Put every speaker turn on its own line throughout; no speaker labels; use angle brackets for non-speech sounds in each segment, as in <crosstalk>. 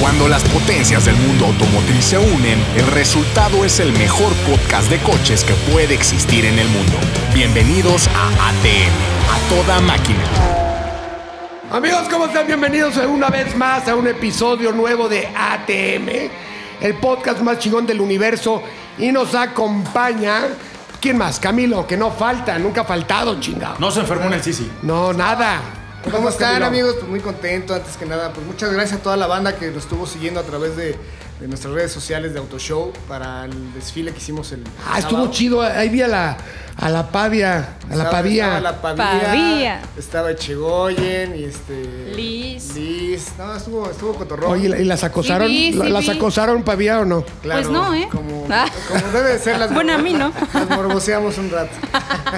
Cuando las potencias del mundo automotriz se unen, el resultado es el mejor podcast de coches que puede existir en el mundo. Bienvenidos a ATM, a toda máquina.
Amigos, ¿cómo están? Bienvenidos una vez más a un episodio nuevo de ATM, el podcast más chingón del universo. Y nos acompaña, ¿quién más? Camilo, que no falta, nunca ha faltado, chingado.
No se enfermó en el Sisi.
No, nada.
¿Cómo están
Camilo?
amigos? Pues muy contento, antes que nada, pues muchas gracias a toda la banda que nos estuvo siguiendo a través de, de nuestras redes sociales de Autoshow para el desfile que hicimos el
Ah, estuvo
sábado.
chido. Ahí vi a la, a la pavia, a la
Estaba-
pavía.
Estaba la Pavía.
Pavía.
Estaba Echegoyen y este...
Liz.
Liz. No, estuvo, estuvo cotorrón.
Oye, ¿y las acosaron?
Sí vi, sí
¿La- ¿Las
vi.
acosaron pavía o
<laughs>
no?
Claro,
Pues no, ¿eh?
Como,
<laughs> Ah.
como debe de ser las...
Bueno, a mí no.
<laughs> Las morboseamos un rato.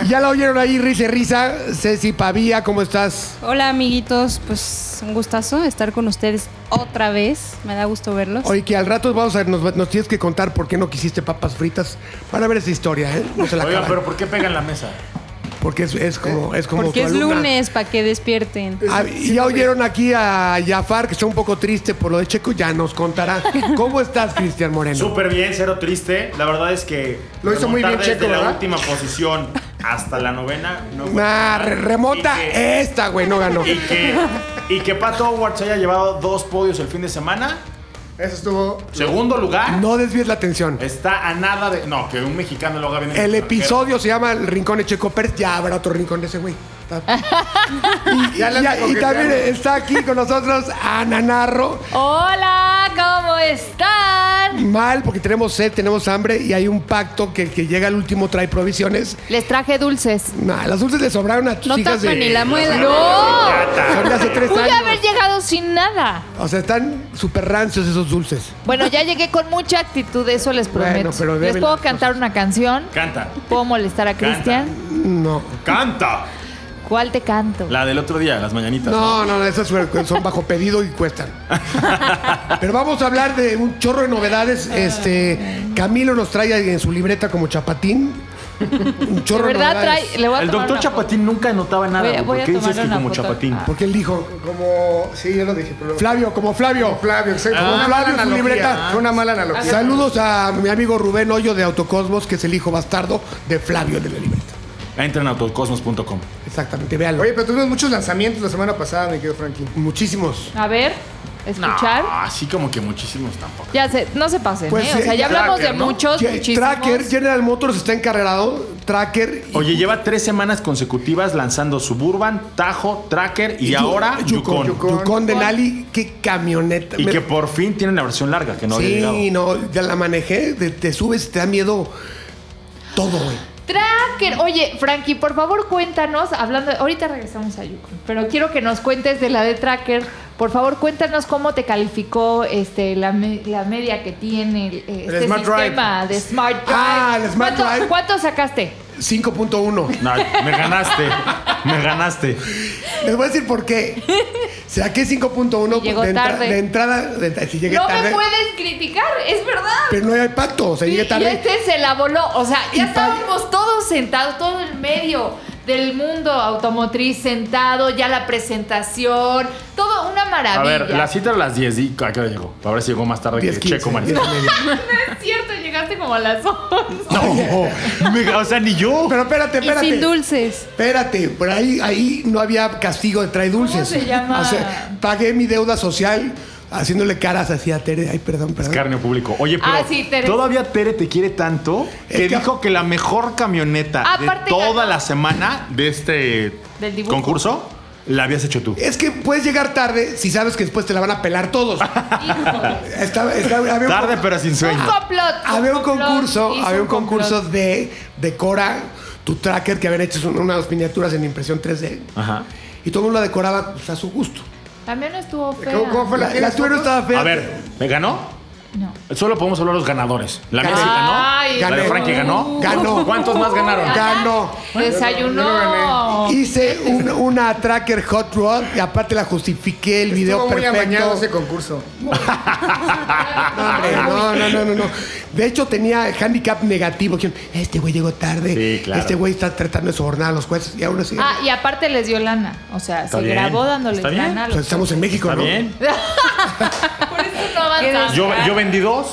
Ya la oyeron ahí, risa y risa. Ceci Pavía, ¿cómo estás?
Hola amiguitos, pues un gustazo estar con ustedes otra vez. Me da gusto verlos.
Oye, que al rato vamos a nos, nos tienes que contar por qué no quisiste papas fritas. Van a ver esa historia, ¿eh? No se la
Oigan,
acaban.
pero ¿por qué pegan la mesa?
Porque es, es como, es como
Porque
tu
es
alumna.
lunes para que despierten.
Ah, y ya oyeron aquí a Jafar, que está un poco triste por lo de Checo, ya nos
<laughs>
contará. ¿Cómo estás, Cristian Moreno?
Súper bien, cero triste. La verdad es que.
Lo hizo muy bien
remontar
Checo,
Desde la
¿verdad?
última posición hasta la novena.
<laughs>
No fue
Nah,
nada.
re- remota
Y que,
esta, güey, no ganó.
y que, y que Pat Howard se haya llevado dos podios el fin de semana.
Eso estuvo...
Segundo lugar.
No desvíes la atención.
Está a nada de. No, que un mexicano lo haga bien. en
El
extranjero.
episodio se llama El Rincón de Checo Pérez. Ya habrá otro rincón de ese
<laughs>
güey. Y,
Ya le
ya-
ando
y también
coqueteando.
está aquí con nosotros Ana Narro.
Hola, ¿cómo están?
Mal, porque tenemos sed, tenemos hambre y hay un pacto que el que llega al último trae provisiones.
Les traje dulces.
Nah, las dulces le sobraron a tus
No
hijas
tapan ni
de,
la muela.
No,
son de hace tres
Pude
años.
haber llegado sin nada.
O sea, están súper rancios esos dulces.
Bueno, ya llegué con mucha actitud, eso les
Bueno,
prometo.
pero debe
les puedo
las
cantar una canción.
Canta.
Puedo molestar a Cristian.
No.
Canta.
¿Cuál te canto?
La del otro día, las mañanitas.
No, no, no, esas son son bajo pedido y cuestan. Pero vamos a hablar de un chorro de novedades. Este, Camilo nos trae en su libreta como chapatín. Un
de
chorro de,
verdad
novedades.
trae. Le voy a
El
tomar
doctor
una
Chapatín nunca anotaba nada.
Voy a-
güey.
voy
¿Por
a
qué dices
tomar
que
una
como
foto.
Chapatín?
Ah.
Porque él dijo,
Como... Sí, yo lo dije, pero...
Flavio, como Flavio.
Flavio, exacto.
Como
Una
Ah, Flavio
mala
en su
analogía.
libreta.
Fue una mala analogía.
Saludos a mi amigo Rubén Hoyo de Autocosmos, que es el hijo bastardo de Flavio de la libreta.
Entren a autocosmos.com.
Exactamente, véanlo.
Oye, pero tuvimos muchos lanzamientos la semana pasada, mi querido Frankie.
Muchísimos.
foto. A ver, escuchar.
No, así como que muchísimos tampoco.
Ya se, no se pasen,
Pues,
¿eh? O sea,
eh,
ya hablamos
Tracker,
de
¿no?
muchos,
Ye-
muchísimos.
Tracker, General Motors está encarrerado. Tracker. y-
Oye, lleva tres semanas consecutivas lanzando Suburban, Tajo, Tracker y, ahora Yukon.
Yukon. Yukon de Nali, qué camioneta.
Y
Me-
que por fin tienen la versión larga, que no había llegado.
Sí, no, ya la manejé, te, te subes, te da miedo todo, güey.
Tracker. Oye, Frankie, por favor, cuéntanos, hablando, ahorita regresamos a Yukon, pero quiero que nos cuentes de la de Tracker. Por favor, cuéntanos cómo te calificó este la, me- la media que tiene eh, este
Smart Drive.
sistema de Smart Drive.
Ah, el Smart
¿Cuánto,
Drive.
cuánto sacaste?
5.1.
No, me ganaste, me ganaste.
Les voy a decir por
<laughs>
qué. Saqué 5.1
Y llegó
Pues de, entra-
tarde.
de entrada. de- si llegué
no
tarde.
me puedes criticar, es verdad.
Pero no hay pacto, o sea, llegué
Sí,
tarde.
<laughs> Y este se la voló. O sea,
Y
ya
pa-
estábamos todos sentados, todo el medio del mundo automotriz sentado, ya la presentación, todo una maravilla.
A ver, la cita era a las 10 y ¿a qué hora llegó? A ver si llegó más tarde
10,
que
15,
Checo Mariscal.
<laughs> 10 y media.
Es cierto, llegaste como a las 11.
<laughs>
No, me- o sea, ni yo.
Pero espérate,
y
espérate.
sin dulces.
Espérate, por ahí, ahí no había castigo de trae dulces.
se llama?
O sea, pagué mi deuda social haciéndole caras así a Tere. Ay, perdón, perdón.
Carne público. Oye, pero
Ah, sí, Tere.
todavía Tere te quiere tanto que
Es que-
dijo que la mejor camioneta
Aparte
de toda
ganó.
la semana de este
Del dibujo.
concurso la habías hecho tú.
Es que puedes llegar tarde si sabes que después te la van a pelar
<laughs>
todos. Estaba- estaba- había un-
Tarde, pero sin
Un
sueño.
complot.
Había un
complot,
concurso,
hizo
había un concurso
complot.
de decora tu tracker que habían hecho un- unas miniaturas en impresión 3D.
Ajá.
Y todo el mundo la decoraba pues, a su gusto.
También no estuvo fea.
¿Cómo, cómo fue la,
La, la tuya no estaba fea.
A ver, ¿me ganó?
No.
Solo podemos hablar de los ganadores. La mía
Gané.
sí ganó.
Ay,
la de
gané.
Frankie ganó.
Ganó.
¿Cuántos más ganaron?
Ganó.
Desayunó.
Hice un- una tracker hot rod y aparte la justifiqué el video
Estuvo muy amañado ese
perfecto.
concurso.
No, hombre, no, no, no, no, no. De hecho tenía handicap negativo. dijeron, Este güey llegó tarde.
Sí, claro.
Este güey está tratando de sobornar a los jueces y aún así.
Ah, y aparte les dio lana. O sea,
Está
se
bien.
grabó dándoles
Está bien.
lana. a
O sea,
los-
estamos en México,
¿Está
¿no?
bien?
Por eso no avanzamos.
Yo, yo vendí dos.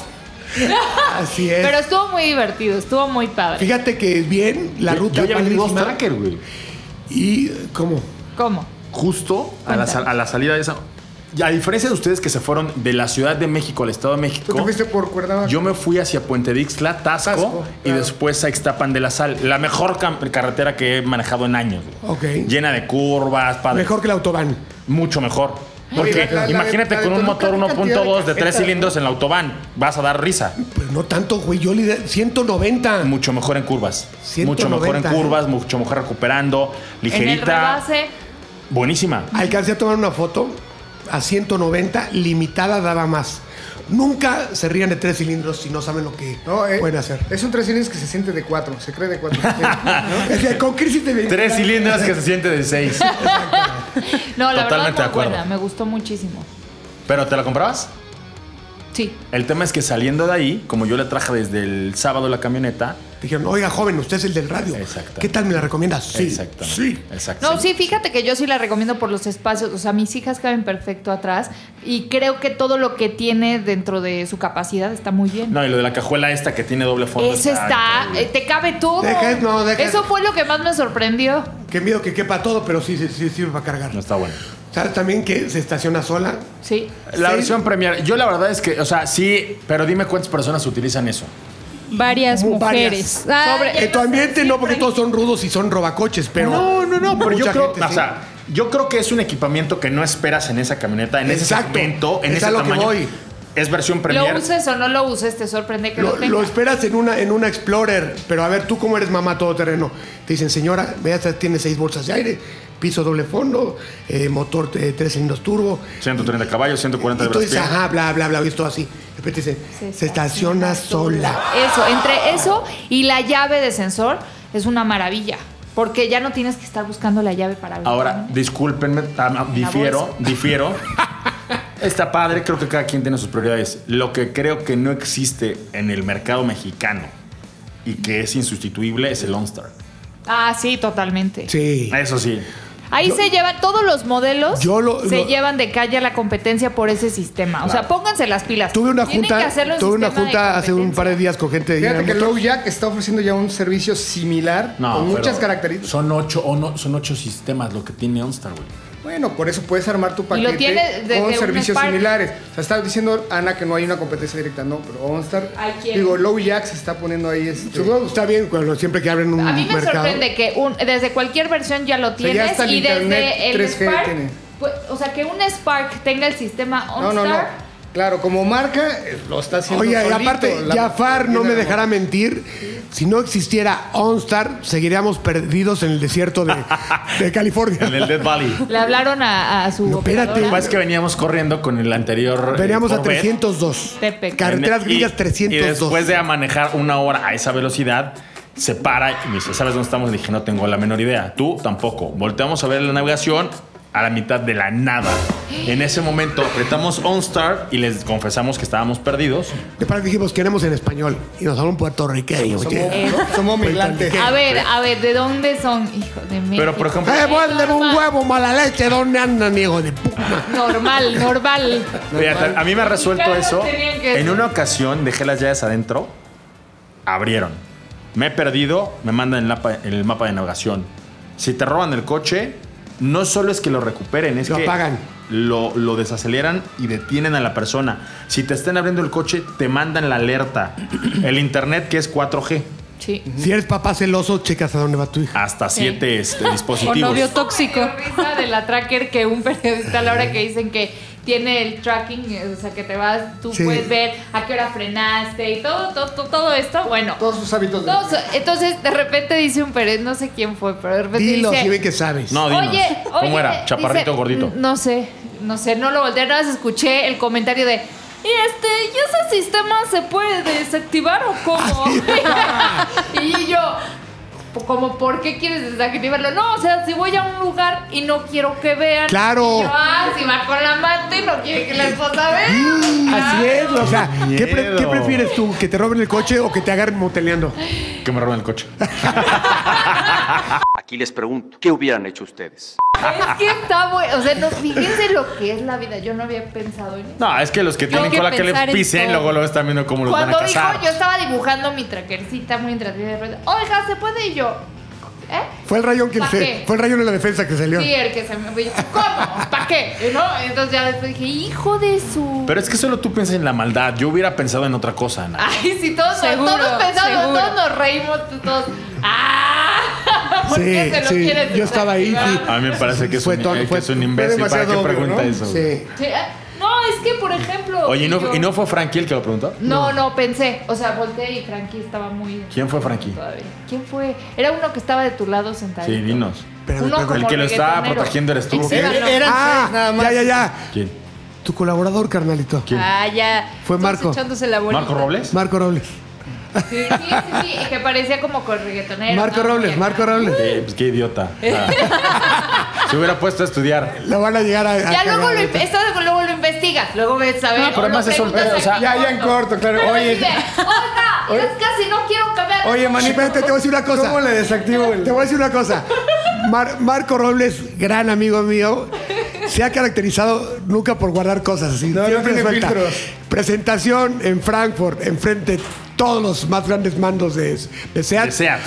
Así es.
Pero estuvo muy divertido, estuvo muy padre.
Fíjate que bien, la
Yo-
ruta
Yo ya vendí dos
padrísima.
tracker, güey.
¿Y cómo?
¿Cómo?
Justo a la, sal- a la salida de esa. Y a diferencia de ustedes que se fueron de la Ciudad de México al Estado de
Tú
México.
te fuiste por Cuernavaca.
Yo me fui hacia Puente Dixla, Tasco,
Taxco,
y
claro.
después a Ixtapan de la Sal. La mejor cam- carretera que he manejado en años. güey.
Ok.
Llena de curvas, padre.
Mejor que el autobahn.
Mucho mejor. Porque
Oye, la- la-
imagínate
la de
con un
Toluca,
motor
¿qué cantidad de
1.2 de tres
cajetas?
cilindros en la autobahn. Vas a dar risa.
Pues no tanto, güey. Yo le di 190.
Mucho mejor en curvas.
190.
Mucho mejor en curvas, mucho mejor recuperando.
En el
Ligerita.
rebase.
Buenísima.
Alcancé a tomar una foto a 190, limitada, daba más. Nunca se rían de tres cilindros si no saben lo que
No, eh,
pueden hacer.
Es un tres cilindros que se siente de cuatro, se cree de
<laughs>
cuatro.
<laughs> Es que con crisis de
Tres cilindros que se siente de seis.
No, la
Totalmente de
verdad muy
acuerdo.
buena, me gustó muchísimo.
¿Pero te la comprabas?
Sí.
El tema es que saliendo de ahí, como yo la traje desde el sábado la camioneta.
Dijeron, oiga, joven, usted es el del radio.
Exacto.
¿Qué tal me la recomiendas? Sí.
Exacto.
Sí.
Exacto.
No, sí, fíjate que yo sí la recomiendo por los espacios. O sea, mis hijas caben perfecto atrás y creo que todo lo que tiene dentro de su capacidad está muy bien.
No, y lo de la cajuela esta que tiene doble fondo.
Eso está, eh, te cabe todo.
Deja- no, deja-
Eso fue lo que más me sorprendió.
Qué miedo que quepa todo, pero sí, sí, sí sirve para cargar.
No está bueno.
¿Sabes también que se estaciona sola?
Sí.
La
Sí.
versión Premier, yo la verdad es que, o sea, sí, pero dime cuántas personas utilizan eso.
Varias
Mu-
mujeres.
varias.
Ay,
Sobre-
Ah, ya
En tu
no sé
ambiente
si
no, porque
Frankie-
todos son rudos y son robacoches, pero.
no, no, no, pero yo
mucha
creo,
gente
o
sí.
sea, yo creo que es un equipamiento que no esperas en esa camioneta, en ese
Exacto.
segmento, en
Es
ese
a lo que
tamaño.
voy.
Es versión
Lo
Premier.
uses o no lo uses, te sorprende que lo,
Lo,
tenga.
lo esperas en una, en una Explorer, pero a ver, tú cómo eres mamá todoterreno. Te dicen, señora, vea, esta tiene seis bolsas de aire, piso doble fondo, eh, motor eh, tres cilindros turbo.
130 caballos, 140 de
y tú dices,
braspié.
ajá, bla, bla, bla, y es todo así. De repente dicen, se, estaciona sola.
Eso, entre eso y la llave de sensor es una maravilla. Porque ya no tienes que estar buscando la llave para abrir.
Ahora, discúlpenme, tam- difiero,
bolsa.
difiero. <laughs> Está padre, creo que cada quien tiene sus prioridades. Lo que creo que no existe en el mercado mexicano y que es insustituible es el OnStar.
Ah, sí, totalmente.
Sí.
Eso sí.
Ahí se llevan todos los modelos.
Yo lo-
se
lo-
llevan de calle a la competencia por ese sistema. O sea, pónganse las pilas.
Tuve una
Tienen que
junta,
hacerlo en
tuve una
sistema de
junta hace un par de días con gente de
Fíjate que
Dinamo.
Low Jack está ofreciendo ya un servicio similar con
pero
muchas características.
Son ocho, o no, son ocho sistemas lo que tiene
<laughs>
OnStar, güey.
Bueno, por eso puedes armar tu paquete
tiene desde
con
un
servicios
Spark.
similares. O sea, está diciendo Ana que no hay una competencia directa, no, pero OnStar.
Ay, ¿quién?
Digo, Low Jack se está poniendo ahí. Este,
Supongo que está bien cuando siempre que abren un
A mí me
mercado.
sorprende que un- desde cualquier versión ya lo
sea,
tienes
ya hasta el
y
internet
desde el
3G
Spark,
tiene.
pues, o sea, que un Spark tenga el sistema
no,
OnStar.
no, no. Claro, como marca eh, lo está haciendo.
Oye, y
solito,
aparte,
la-
Jafar no me
tiene la-
dejará mentir. Si no existiera OnStar, seguiríamos perdidos en el desierto
<laughs>
de, de
En
California.
el Dead Valley.
Le hablaron a, a su
No, espérate.
Lo que
operadora.
pasa es pues que veníamos corriendo con el anterior. eh,
Veníamos a
Corvette.
302.
Tepec.
Carreteras
En-
gringas
y- Y
302.
después de a manejar una hora a esa velocidad, se para y me dice, ¿sabes dónde estamos? Le dije, no tengo la menor idea. Tú tampoco. Volteamos a ver la navegación a la mitad de la nada. En ese momento apretamos OnStar y les confesamos que estábamos perdidos.
De parte dijimos, queremos en español. Y nos hablan puertorriqueño. oye.
Eh,
"Eh,
Somos, <laughs> somos migrantes.
A ver, a ver, ¿de dónde son? Hijo de mí.
Pero, por ejemplo,
¡Eh, vuélveme un huevo, mala leche! ¿Dónde andan, hijo de puta?
Normal, normal.
fíjate, a mí me ha resuelto
Claro,
eso.
tenían que-
En una ocasión dejé las llaves adentro, abrieron. Me he perdido, me mandan el mapa, el mapa de navegación. Si te roban el coche, no solo es que lo recuperen, es
Lo
que
apagan.
Lo, lo desaceleran y detienen a la persona. Si te están abriendo el coche, te mandan la alerta. El internet, que es 4G,
Sí.
Si eres papá celoso, checas a dónde va tu hija.
hasta 7
<laughs>
O
dispositivos.
novio tóxico.
Me dio risa de la tracker que un periodista a la hora que dicen que tiene el tracking, eh, o sea, que te vas, tú
Sí.
puedes ver a qué hora frenaste y todo, todo, todo, todo esto. Bueno,
Todos sus hábitos. de-
Todos- entonces de repente dice un Pérez, no sé quién fue, pero de repente
Dilo,
dice.
si ven que sabes.
Pues no, dinos.
Oye,
¿Cómo
oye,
era? ¿Chaparrito
dice,
gordito?
"Mm, No sé, no sé, no lo volteé, nada más escuché el comentario de. Y este, ¿y ese sistema se puede desactivar o
<laughs>
cómo? <laughs> y yo, como, ¿por qué quieres desactivarlo? No, o sea, si voy a un lugar y no quiero que vean.
Claro.
Y yo, ah, si va con la amante, no quiere que la esposa
<laughs>
vea.
Así es, o sea, ¿qué, pre-
Miedo.
qué prefieres tú? ¿Que te roben el coche o que te agarren moteleando?
mm.
Que me roben el coche.
Aquí les pregunto, ¿qué hubieran hecho ustedes?
Es que está bueno. O sea, no, fíjense lo que es la vida. Yo no había pensado en eso.
No, es que los que tienen
que
cola que
pensar
les
en
pisen,
todo.
luego lo están viendo cómo los van
Cuando
a
dijo,
casar.
yo estaba dibujando mi trackercita muy entretenida de repente, Oiga, ¿se puede? Y yo, ¿eh?
Fue el rayón que
¿Pa'
se,
qué?
fue el rayón en la defensa que salió.
Sí, el que se me fue. ¿Cómo? ¿Para qué? Y ¿No? Entonces ya después dije, hijo de su.
Pero es que solo tú piensas en la maldad. Yo hubiera pensado en otra cosa, Ana.
Ay, sí, todos,
Seguro,
todos pensamos,
seguro.
todos nos reímos, todos. ¡Ah! <laughs> ¿Por
Sí,
qué se lo
sí,
quieres
yo estaba ahí,
desactivar?
sí.
A mí me parece que es,
Fue
un,
ton-
eh, que
fue-
es un
fue
imbécil. ¿Para qué
demasiado obvio,
pregunta
¿no?
eso? güey?
Sí.
Sí, ah, No, es que, por ejemplo.
Oye, ¿y no,
yo-
¿y no fue Frankie el que lo preguntó?
No, no, pensé. O sea, volteé y Frankie estaba muy.
¿Quién fue Frankie?
Todavía. ¿Quién fue? Era uno que estaba de tu lado sentado.
Sí, dinos.
Espérame,
Uno
espérame.
como
El que lo estaba
reggaetonero.
protegiendo eres tú.
Era-
Exhíbanlo.
eran
Ah,
seis nada más.
ya, ya, ya.
¿Quién?
Tu colaborador, carnalito.
Ah, ya.
Fue
Todos
Marco.
echándose la bolita.
¿Marco Robles?
Marco Robles.
Sí, sí, sí, sí, que parecía como con reggaetonero.
Marco
¿no?
Robles, Marco Robles.
Eh, pues qué idiota.
<laughs>
Ah. <laughs> Se hubiera puesto a estudiar.
La van a llegar a. a
Ya luego
cagar.
lo, in- esto luego lo investigas, luego ves a ver.
No, pero
o lo
además es un
preguntas
pedo, o sea,
aquí
Ya, ya en corto, claro.
Pero
Oye,
<laughs>
dice, oiga, es casi no quiero cambiar.
oye, manito.
Espérate, te voy a decir una cosa.
¿Cómo le desactivo
Te
el.?
voy a decir una cosa. Mar- Marco Robles, gran amigo mío, se ha caracterizado nunca por guardar cosas así.
No, no
Siempre
tiene
le suelta.
filtros.
Presentación en Frankfurt, enfrente de todos los más grandes mandos de, de SEAT.
De Seat.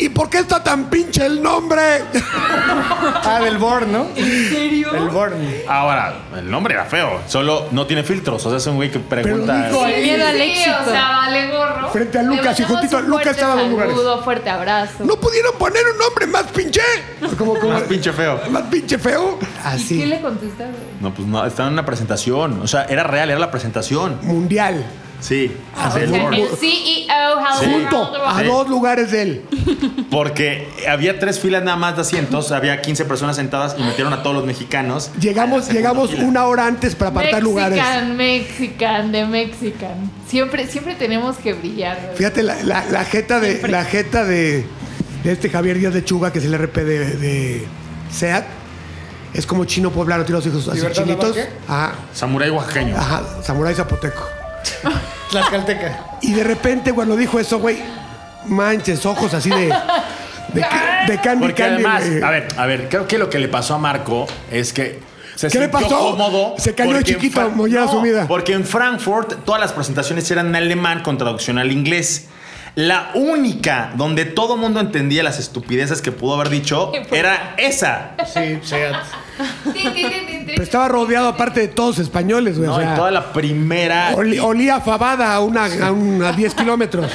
¿Y por qué está tan pinche el nombre? <laughs>
Ah, del Born, ¿no? ¿En serio? El Born.
Ahora, el nombre era feo. Solo no tiene filtros. O sea, es un güey que pregunta.
dijo-
Sin miedo al éxito.
O sea, vale gorro.
Frente a Lucas y
Le mandamos
juntito a
un
Lucas
fuerte
estaba en dos lugares.
saludo, fuerte abrazo.
¿No pudieron poner un nombre más pinche? Como, como-
Más pinche feo.
más pinche feo.
¿Y qué
Así.
le contestaste?
No, pues no, estaba en una presentación. O sea, era real, era la presentación.
Mundial.
Sí.
Ah,
Así es.
El E CEO, hello,
Junto
hello.
a dos lugares de él.
Porque había tres filas nada más de asientos, había 15 personas sentadas y metieron a todos los mexicanos.
Llegamos, llegamos una hora antes para apartar lugares.
Mexican, Mexican, de Mexican. Siempre, siempre tenemos que brillar. ¿no?
Fíjate la, la- la jeta de la jeta de, de este Javier Díaz de Chuga, que es el RP de, de SEAT. Es como chino poblano, tiene los hijos así
¿Libertad
chinitos. Ah,
Lamarque?
Ajá,
Samurai oaxaqueño.
ajá, samurái zapoteco.
Tlaxcalteca.
Y de repente cuando dijo eso, güey, manches, ojos así de, de, ca- de candy
Porque
candy,
además,
güey.
a ver, a ver, creo que lo que le pasó a Marco es que se
¿Qué le
sintió
pasó?
cómodo.
Se cayó
porque en
chiquito,
Fran-
mollera sumida.
Porque en Frankfurt todas las presentaciones eran en alemán con traducción al inglés. La única donde todo mundo entendía las estupideces que pudo haber dicho era esa.
Sí, Seat.
Tin, tin, tin, tin, tin.
Pero estaba rodeado aparte de todos españoles, güey. o
¿no? Y
sea,
toda la primera.
oli- olía a fabada a, una, a, un- a 10 kilómetros.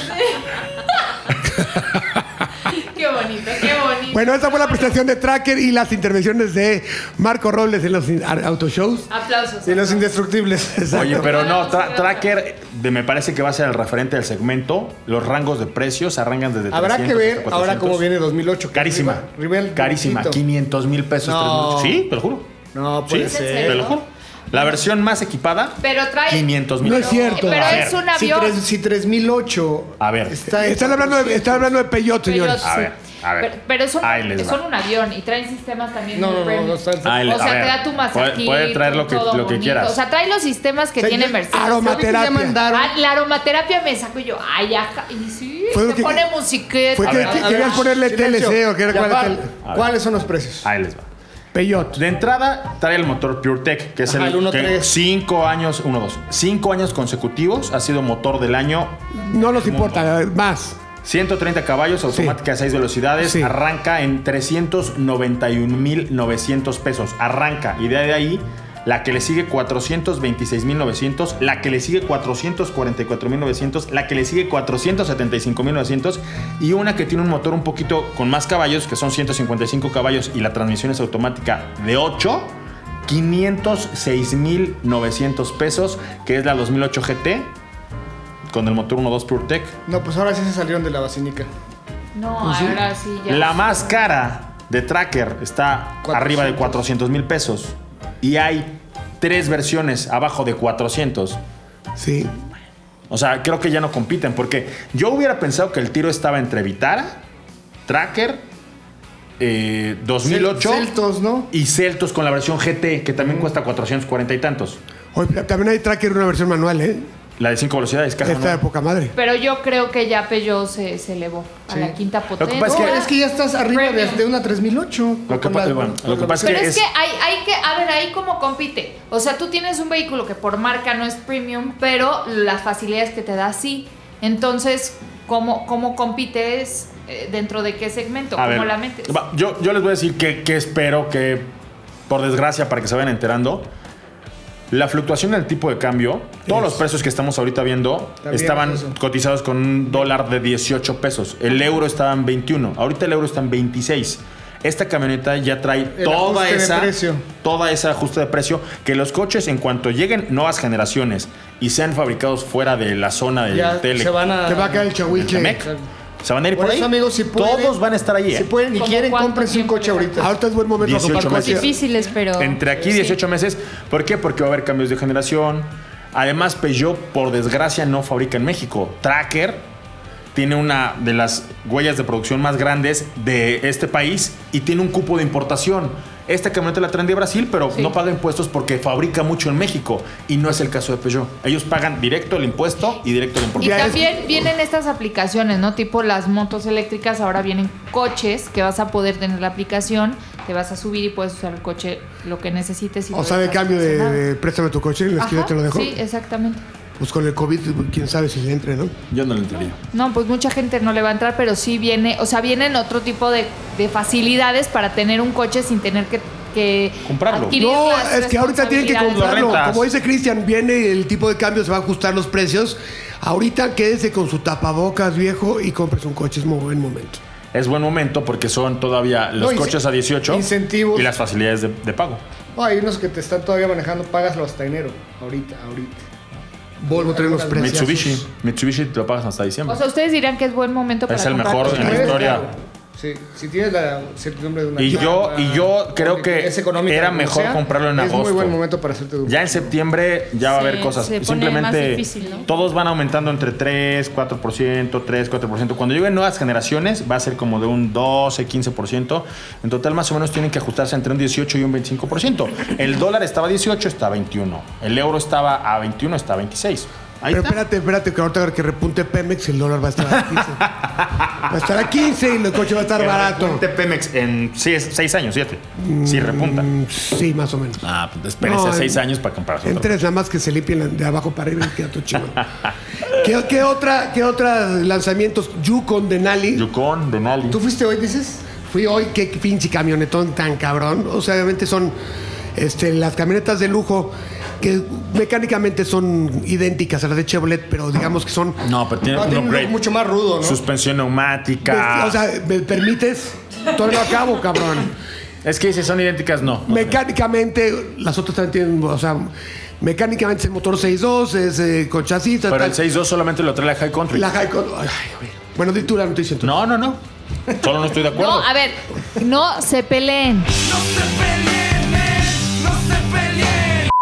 Qué bonito, qué bonito.
Bueno, esa fue la presentación de Tracker y las intervenciones de Marco Robles en los in- a- autoshows.
Aplausos.
Y los indestructibles.
Oye, pero no, Tra- Tracker de- me parece que va a ser el referente del segmento. Los rangos de precios arrancan desde
Habrá que
300
ver
hasta
ahora
400.
cómo viene 2008. que
Carísima.
arriba- arriba el
Carísima.
poquito.
500 mil pesos.
No.
3,000. Sí, te lo juro.
No,
Sí,
puede ser.
te lo juro. La versión más equipada,
Pero trae-
500 mil
No es cierto.
Pero
A ver,
es un
Si,
avión.
tres- si 3008.
A ver.
Está,
Están hablando de, están hablando de Peyot,
Pero
señores.
sí.
A ver, a ver.
Pero, pero es, un,
Ahí les
es
va.
un avión y traen sistemas también.
No,
de
no, no,
premium.
no está- está-
Ah, el-
o sea,
a ver,
te da tu masajito.
puede- puede traer lo que-
todo
lo que
bonito.
quieras.
O sea, trae los sistemas que
O sea,
tiene
yo-
Mercedes.
¿Sabe qué ya
Aromaterapia.
mandaron?
Ah, la aromaterapia me saco yo. Ay, ajá. Y sí,
Fue lo
se
que-
pone musiqueta.
fue
A
que-
ver,
que-
a ver.
querías ponerle
Silencio.
TLC o qué era
Ya
cuál
va.
era
¿Cuáles son los precios?
ahí les va.
Peyot.
De entrada, trae el motor PureTech, que es
Ajá,
el,
el 1.3.
que cinco años, uno, dos, cinco años consecutivos ha sido motor del año.
No nos importa, más.
130 caballos, automática a 6 velocidades,
Sí.
arranca en 391.900 pesos. Arranca. Y de ahí, la que le sigue 426.900, la que le sigue 444.900, la que le sigue 475.900 y una que tiene un motor un poquito con más caballos, que son 155 caballos y la transmisión es automática de 8. 506.900 pesos, que es la 2008 GT con el motor 1.2 PureTech.
No, pues ahora sí se salieron de la basílica.
No,
Pues
ahora sí ya.
La más cara de Tracker está
400.
arriba de 400 mil pesos. Y hay tres versiones abajo de 400.
Sí.
O sea, creo que ya no compiten, porque yo hubiera pensado que el tiro estaba entre Vitara, Tracker, eh, 2008
Celtos, ¿no?
y Celtos con la versión GT, que también cuesta 440 y tantos.
Oye, pero también hay tracker una versión manual, ¿eh?
La de 5 velocidades, caja
Esta de
¿no?
poca madre.
Pero yo creo que ya Peugeot se, se elevó a la quinta
que
potencia.
pasa es
No, es que ya estás arriba de,
Oh, Premium.
de una 3008.
Lo que
Con
pa- eh,
la-
bueno, lo que pasa
Pero es
es-
que hay, hay que, a ver, ahí cómo compite. O sea, tú tienes un vehículo que por marca no es premium, pero las facilidades que te da sí. Entonces, ¿cómo, cómo compites eh, dentro de qué segmento?
A
¿Cómo
ver,
la metes?
va, yo, yo les voy a decir que, que espero que, por desgracia, para que se vayan enterando, la fluctuación del tipo de cambio, todos los precios que estamos ahorita viendo
También
estaban
eso.
cotizados con un dólar de 18 pesos. El euro estaba en 21. Ahorita el euro está en 26. Esta camioneta ya trae
El
toda
ajuste de
esa,
precio.
toda esa ajuste de precio que los coches en cuanto lleguen nuevas generaciones y sean fabricados fuera de la zona del
Ya
tele,
se van a.
Te va a caer el
del
chahuiche.
Temec, se van a ir por,
Por
ahí.
eso, amigos, si pueden.
todos van a estar allí. ¿eh?
Si pueden y
¿Cómo
quieren,
cuánto
cómprense un
tiempo
coche
le va?
ahorita.
Ahorita es buen momento para
18
comprar
meses.
coche.
Difíciles, pero.
Entre aquí
sí.
18 meses. ¿Por qué? Porque va a haber cambios de generación. Además, Peugeot, por desgracia, no fabrica en México. Tracker tiene una de las huellas de producción más grandes de este país y tiene un cupo de importación. Esta camioneta la traen de Brasil, pero no paga impuestos porque fabrica mucho en México. Y no es el caso de Peugeot. Ellos pagan directo el impuesto y directo la
Y
importación.
Ya es-
también vienen estas aplicaciones, ¿no? Tipo las motos eléctricas, ahora vienen coches que vas a poder tener la aplicación, te vas a subir y puedes usar el coche lo que necesites. y
O
lo
sea, de
dejas
cambio de,
estacionado.
de préstame tu coche, en la esquina
Ajá,
te lo dejo.
Sí, exactamente.
Pues con el COVID, quién sabe si le entre, ¿no?
Yo no lo entendí.
No, pues mucha gente no le va a entrar, pero sí viene, o sea, vienen otro tipo de, de facilidades para tener un coche sin tener que, que
Comprarlo.
adquirir
No,
las
es que ahorita tienen que
responsabilidades.
comprarlo.
Lo rentas.
Como dice Cristian, viene el tipo de cambio, se va a ajustar los precios. Ahorita quédese con su tapabocas viejo y compres un coche, es muy buen momento.
Es buen momento porque son todavía los
No, y-
coches a 18
incentivos.
y las facilidades de- de pago.
No, hay unos que te están todavía manejando, págaslo hasta enero. Ahorita, ahorita.
Volvo trae unos precios.
Mitsubishi. Mitsubishi te lo pagas hasta diciembre.
O sea, ustedes dirán que es buen momento para
Es el
comprar
mejor
coche.
en la
Claro,
historia.
claro. Sí, si tienes la certidumbre de una
Y yo-
chamba,
y yo creo que
es económica,
era
como
mejor comprarlo en
Es muy
agosto.
buen momento para hacerte tu
Ya en septiembre ya va a
Se-
haber cosas.
se pone
Simplemente
más difícil, ¿no?
todos van aumentando entre 3, 4%, 3, 4%. Cuando lleguen nuevas generaciones va a ser como de un 12, 15%. En total más o menos tienen que ajustarse entre un 18 y un 25%. El dólar estaba a 18, está a 21. El euro estaba a 21, está a 26. Ahí
Pero
está.
espérate, espérate, que ahorita que repunte Pemex, el dólar va a estar a
<laughs>
15. va a estar a 15 y el coche va a estar
Que
barato.
repunte Pemex en 6 años, 7. Si repunta.
Mm, Sí, más o menos.
Ah, pues espérese
No,
6
en-
años para comprarse.
En
otro.
tres, nada más que se limpien la- de abajo para arriba y queda todo chido. <laughs> ¿Qué, qué otra, ¿Qué otra lanzamientos? Yukon Denali.
Yukon, Denali.
¿Tú fuiste hoy, dices?
Fui hoy, qué pinche camionetón tan cabrón. O sea, obviamente son este, las camionetas de lujo que mecánicamente son idénticas a las de Chevrolet, pero digamos que son.
No, pero tiene
No,
un
Ah, tiene un
upgrade.
look mucho más rudo, ¿no?
Suspensión neumática.
Pues, O sea, ¿me permites? Todavía no acabo,
<laughs>
cabrón.
es que si son idénticas, no.
Mecánicamente, las otras también tienen, o sea, mecánicamente es el motor 6.2, es eh, con chasis. tal,
Pero el
tal.
6.2 solamente lo trae la High Country.
La High Con- ay, güey. Bueno, di tú la noticia entonces.
No, no, no. Solo no estoy de acuerdo.
No, a ver, no se peleen.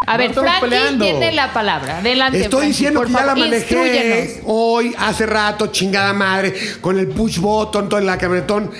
A ver,
estamos
Frankie
peleando.
tiene la palabra. Adelante.
Estoy
Frankie,
diciendo
por
que ya la
favor,
manejé
instrúyenos.
hoy, hace rato, chingada madre, con el push button, todo en la camionetón.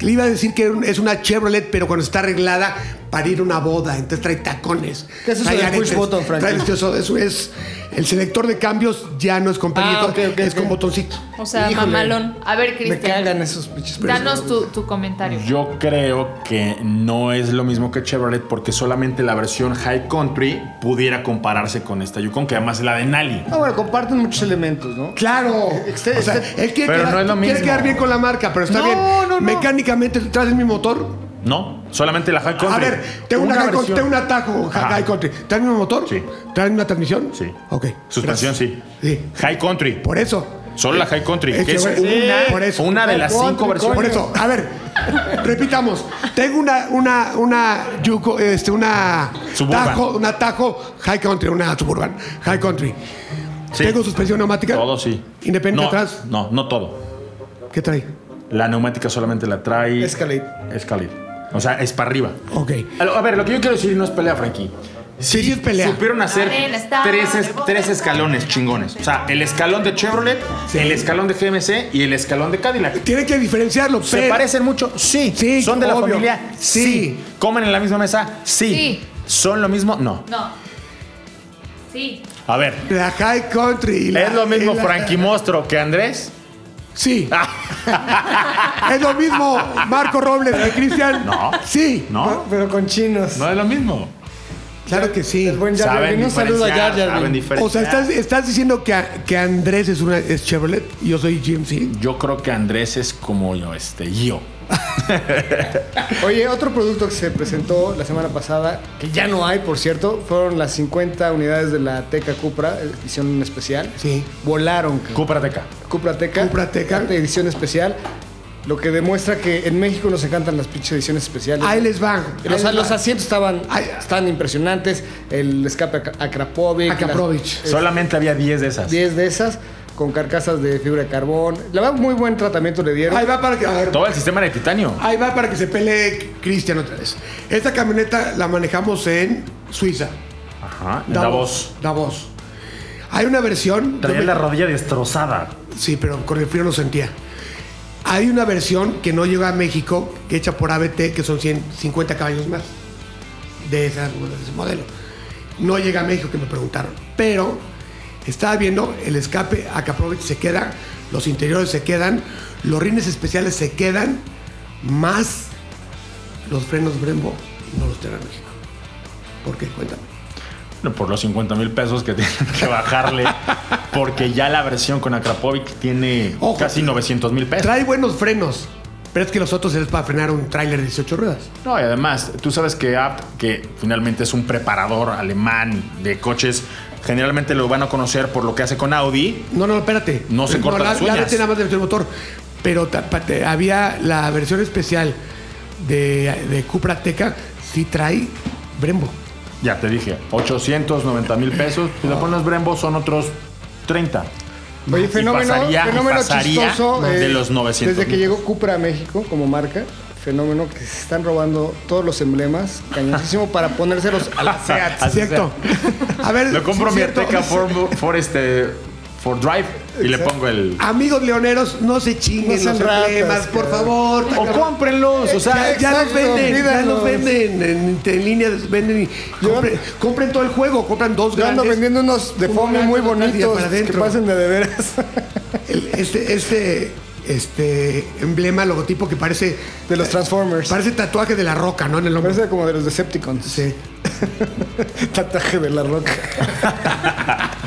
Le iba a decir que es una Chevrolet, pero cuando está arreglada para ir a una boda. Entonces trae tacones.
¿Qué es eso
trae
del push
aretes,
button, Frankie?
trae vestidos, eso es. El selector de cambios ya no es con pelito,
Ah, ok, ok,
es
ok.
con botoncito.
O sea,
Híjole.
mamalón.
A ver,
Me cagan
Cristian,
esos pinches
danos tu, tu comentario.
Yo creo que no es lo mismo que Chevrolet porque solamente la versión High Country pudiera compararse con esta Yukon, que además es la de Denali.
No, Ah, bueno, comparten muchos elementos, ¿no?
Claro.
Este-
o sea,
este-
él quiere,
Pero
quedar,
no es lo
quiere
mismo.
quedar bien con la marca, pero está
No,
bien.
no, no.
Mecánicamente traes el mismo motor.
No, solamente la High Country.
A ver, tengo, una High Country-
versión.
tengo un atajo
Ajá.
High Country. ¿Trae el mismo motor?
Sí.
¿Trae una transmisión?
Sí.
Ok.
Suspensión, sí.
gracias. Sí.
High Country.
Por eso.
Solo la High Country.
Es
que es
que- sí,
una,
Eh, por eso.
una de las
High
cinco
Country,
versiones.
Por eso, a ver, repitamos. Tengo una, una, una, Yuko, este, una,
Suburban.
Tajo, una Tajo High Country, una Suburban High Country.
Sí.
Tengo suspensión neumática.
Todo sí.
Independiente
no,
atrás.
No, no todo.
¿Qué trae?
La neumática solamente la trae.
Escalade.
Escalade. O sea, es para arriba.
Ok.
A lo- a ver, lo que yo quiero decir no es pelea, Frankie.
Sí, es pelea.
Supieron hacer
Amén, está,
tres, es-
de
tres
boca.
escalones chingones. O sea, el escalón de Chevrolet, el escalón de GMC y el escalón de Cadillac.
Tiene que diferenciarlo.
¿Se
pero-
parecen mucho? Sí.
Sí,
¿Son de
obvio.
la familia?
Sí.
Sí. ¿Comen en la misma mesa? Sí.
Sí.
¿Son lo mismo? No.
No. Sí.
A ver,
La High Country. y la-
¿es lo mismo
y la-
Frankie Mostro que Andrés? <laughs>
Sí. es lo mismo Marco Robles que Cristian.
No.
Sí.
No,
Pero con chinos.
no es lo mismo.
Claro que sí.
El buen Jar Jar
Saben
Binks. Un saludo a
diferenciar,
Jar Jar
saben
Binks.
O
diferenciar.
sea, estás, estás diciendo que, que Andrés es una es Chevrolet y yo soy GMC.
Yo creo que Andrés es como yo, este, yo.
Oye, otro producto que se presentó la semana pasada, que ya no hay, por cierto, fueron las 50 unidades de la Teca Cupra, edición especial.
Sí.
Volaron. cabrón.
Cúprateca.
Cupra Teca.
Cupra Teca.
Edición especial. Lo que demuestra que en México nos encantan las pinches ediciones especiales.
Ahí les va.
Los,
Ahí les
los
va.
asientos estaban
Ay.
están impresionantes. El escape a- a Krapovic.
Akrapovic.
las-
Solamente había 10 de esas.
10 de esas con carcasas de fibra de carbón. La verdad, muy buen tratamiento le dieron.
Ahí va para que. a ver,
Todo el sistema de titanio.
Ahí va para que se pelee Cristian otra vez. Esta camioneta la manejamos en Suiza.
Ajá, en Davos.
Davos. Hay una versión.
Traía
yo
la
me-
rodilla destrozada.
Sí, pero con el frío no sentía. Hay una versión que no llega a México, que hecha por ABT, que son 150 caballos más de, esa- de ese modelo. No llega a México, que me preguntaron. Pero estaba viendo el escape a se queda, los interiores se quedan, los rines especiales se quedan, más los frenos Brembo no los traen a México. ¿Por qué? Cuéntame.
Bueno, Por los 50 mil pesos que <laughs> tienen que bajarle. porque ya la versión con Akrapovic tiene
Ojo.
casi 900 mil pesos.
Trae buenos frenos, pero es que los otros es para frenar un tráiler de 18 ruedas.
No, y además, tú sabes que Apt, que finalmente es un preparador alemán de coches, generalmente lo van a conocer por lo que hace con Audi.
No, no, espérate.
No se corta
la,
las
la
uñas.
vete nada más le metió el motor. Pero ta- pa- te- había la versión especial de, de Cupra Teca, sí trae Brembo.
Ya te dije, 890 mil pesos. Si le pones Brembo, son otros 30.
Oye,
Y
fenómeno,
pasaría- y
fenómeno
pasaría
chistoso. eh,
de los 900
Desde que
mil.
llegó Cupra a México como marca, fenómeno que se están robando todos los emblemas, cañoncísimo, para ponérselos a la
<laughs> Así
SEAT.
Ah, ¿Cierto? A ver.
Lo compro
sí,
mi
cierto.
Ateca for, for este, for Drive y le pongo el.
Amigos leoneros, no se chinguen
No sean
los emblemas,
ratas,
por favor.
cabrón.
O cómprenlos, o sea,
ya, ya los
exacto,
venden, ya
olvídalos.
los venden en, en línea, los venden y
Yo-
compren, compren todo el juego, compran dos
Yo ando
grandes.
vendiendo unos de
uno
foamy
grande,
muy
otro grande,
bonitos
para
que
adentro.
pasen de de veras.
El- este, este, este emblema, logotipo que parece <laughs>
De los Transformers.
Parece tatuaje de la roca, ¿no? En el hombro.
Parece como de los Decepticons.
Sí.
<laughs> Tataje de
<laughs>
la roca.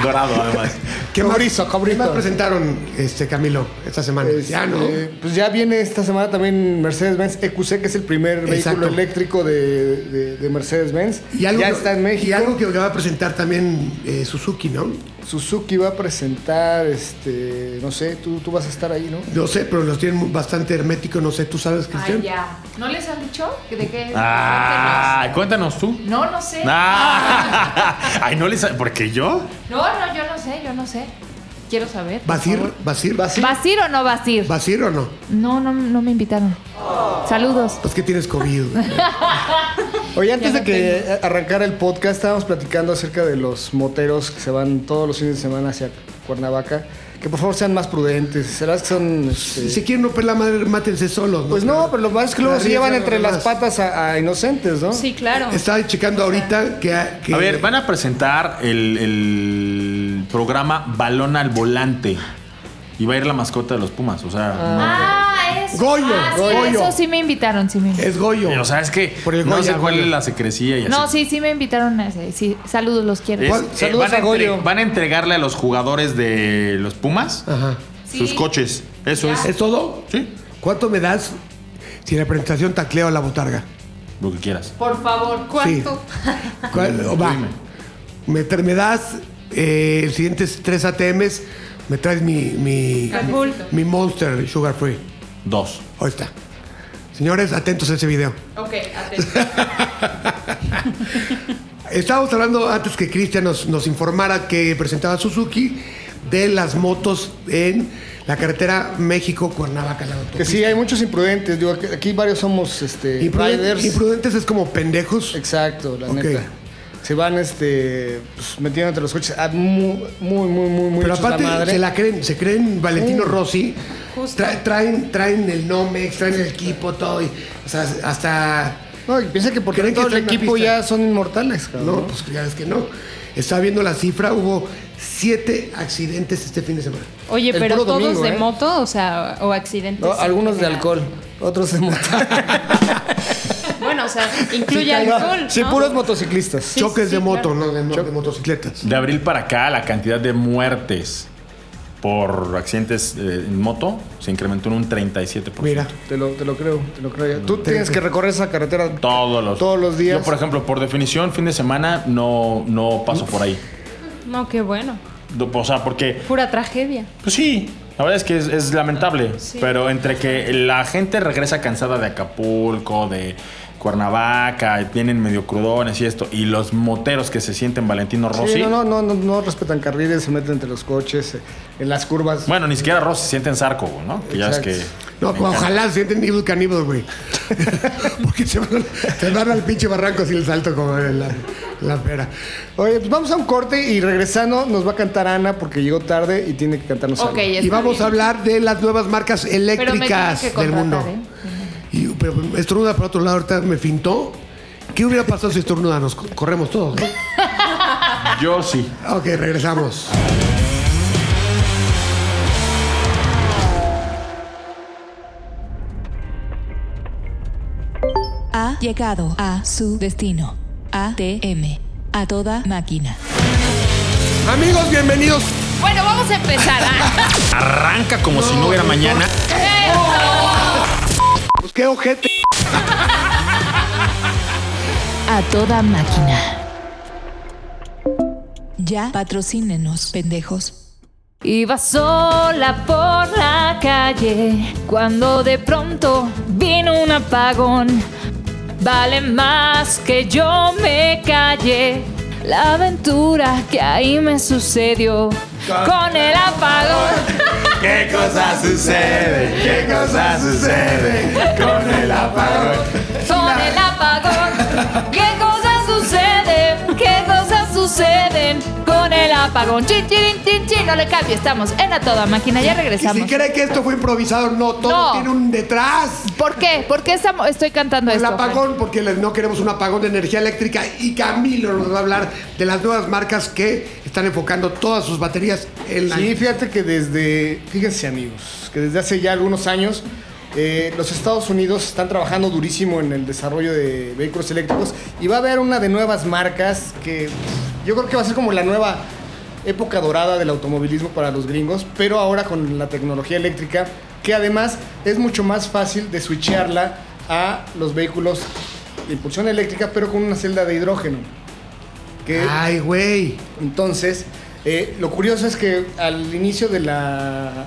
Dorado, además.
¿Qué más-
Cobrizo, cobrizo.
¿Qué más presentaron, este, Camilo, esta semana? ya, ¿no?
Este, Pues ya viene esta semana también Mercedes-Benz EQC, que es el primer
Exacto.
vehículo eléctrico de, de- de Mercedes-Benz.
Y algo
Ya
que-
está en México.
Y algo que va a presentar también eh, Suzuki, ¿no?
Suzuki va a presentar, este, no sé, tú, tú vas a estar ahí, ¿no?
No sé, pero los tienen bastante herméticos, no sé, ¿tú sabes,
Ay,
Cristian?
ya. ¿No les han dicho que de qué?
Ah, cuéntanos tú.
<laughs> No, no sé.
Ah, ay, no les. Porque yo.
No, no, yo no sé, yo no sé. Quiero saber. por
¿Vas a ir?
favor.
¿Vas a ir?
¿Ah,
¿Vas
¿Vas a ir o no vas a ir?
a ir o no?
No, no, no me invitaron. Saludos.
Pues que tienes
<laughs>
COVID.
Oye, antes de
Ya no
que arrancara el podcast, estábamos platicando acerca de los moteros que se van todos los fines de semana hacia Cuernavaca. Que por favor sean más prudentes. ¿Serás que son.? este,
Si quieren romper la madre, mátense solos, ¿no?
Pues no, pero lo más es que luego se
Arriesgan
llevan entre
nada
las
más.
patas a, a inocentes, ¿no?
Sí, claro.
Estaba checando ahorita que... que-
A ver, van a presentar el, el programa Balón al Volante. Y va a ir la mascota de los Pumas. O sea,
Ah, eso.
Goyo,
Ah, sí,
Goyo.
eso sí me invitaron, sí me invitaron.
Es Goyo.
no- o sea, es que
Por el
no
Goya,
sé cuál
Goya.
es la secrecía y así.
No, sí, sí me invitaron a ese. Sí, saludos, los quiero.
Es-
¿Cuál?
eh,
Saludos
van, a
a Goyo.
entre- van a entregarle a los jugadores de los Pumas
Ajá.
Sí.
sus coches. Eso
Ya.
es.
¿Es todo?
Sí.
¿Cuánto me das si en la presentación tacleo a la botarga?
Lo que quieras.
Por favor, ¿cuánto?
¿Cuál- o va?
Dime.
Me, tra- me das eh, el siguiente tres ATMs, me traes mi, mi,
Red Bull.
mi Monster Sugar Free.
Dos.
Ahí está. Señores, atentos a ese video.
Ok, atento.
<laughs> Estábamos hablando antes que Cristian nos, nos informara que presentaba Suzuki de las motos en la carretera México-Cuernavaca. la
Que
autopista.
sí, hay muchos imprudentes. Digo, aquí- aquí varios somos este,
Impruden-
riders.
Imprudentes es como pendejos.
Exacto, la
Ok.
neta. se van este, pues, metiendo entre los coches. Ah, muy, muy, muy, muy, muy
Pero
hechos la
aparte
madre.
se la creen, se creen Valentino
Uh.
Rossi.
Justo.
Tra- traen, traen el Nomex, traen el equipo, todo. y- o sea, hasta.
No, y piensa que porque
¿Creen que
todo el
está en una
equipo
pista?
ya son inmortales, cabrón.
No, pues ya es que no. Estaba viendo la cifra, hubo siete accidentes este fin de semana.
Oye,
El
pero
puro
todos
domingo,
de
¿eh?
moto, o sea, o accidentes.
No, algunos de alcohol, pues, otros <laughs> de moto.
<laughs> Bueno, o sea, incluye alcohol.
Sí,
¿no?
puros motociclistas.
Choques
sí,
de moto,
claro.
no de, no de motocicletas.
De abril para acá, la cantidad de muertes por accidentes eh, en moto se incrementó en un 37%.
Mira,
Te lo, te lo creo, te lo creo. ya. Tú tienes que recorrer esa carretera
Todos los,
Todos los días.
Yo, por ejemplo, por definición, fin de semana no, no paso por ahí.
No, qué bueno.
Do- O sea, porque,
Pura tragedia.
pues sí, la verdad es que es, es lamentable.
Sí.
Pero entre que la gente regresa cansada de Acapulco, de Cuernavaca, y tienen medio crudones y esto, y los moteros que se sienten Valentino Rossi.
Sí, no, no, no, no, no respetan carriles, se meten entre los coches, eh, en las curvas.
Bueno, ni siquiera Rossi se sienten Zarco, güey, ¿no? Que ya es
Exacto.
que.
no,
me encanta.
ojalá sienten Evil Caníbal, güey. <laughs> Porque se van, se van al pinche barranco sin el salto como en la, la pera.
Oye, pues vamos a un corte y regresando nos va a cantar Ana porque llegó tarde y tiene que cantarnos
Ok,
algo.
está
Y vamos
bien.
a hablar de las nuevas marcas
Pero me
eléctricas
tienes que
del mundo.
contratar, ¿eh?
Y, pero estornuda por otro lado, ahorita me fintó. ¿Qué hubiera pasado si estornuda? Nos co- corremos todos, ¿no?
Yo sí.
Ok, regresamos.
ha llegado a su destino. ATM. A toda máquina.
Amigos, bienvenidos.
Bueno, vamos a empezar. ah.
Arranca como si no hubiera mañana.
Pues qué ojete.
A toda máquina. Ya patrocínenos, pendejos.
Iba sola por la calle cuando de pronto vino un apagón. Vale más que yo me calle la aventura que ahí me sucedió con el apagón.
¿Qué cosa sucede? ¿Qué cosa sucede con el apagón?
Con el apagón. ¿Qué cosas suceden? ¿Qué cosas suceden con el apagón? Chin, chin, chin, chin. No le cambie, estamos en a toda máquina. Ya
Y si
regresamos.
cree que esto fue improvisado, no, todo
No.
tiene un detrás.
¿Por qué? ¿Por qué estamos- estoy cantando
El
esto?
apagón, porque le- no queremos un apagón de energía eléctrica. Y Camilo nos va a hablar de las nuevas marcas que están enfocando todas sus baterías en la.
Sí, fíjate que desde, fíjense amigos, que desde hace ya algunos años eh, los Estados Unidos están trabajando durísimo en el desarrollo de vehículos eléctricos y va a haber una de nuevas marcas que pff, yo creo que va a ser como la nueva época dorada del automovilismo para los gringos, pero ahora con la tecnología eléctrica que además es mucho más fácil de switchearla a los vehículos de impulsión eléctrica pero con una celda de hidrógeno. Que
Ay, güey.
entonces, eh, lo curioso es que al inicio de la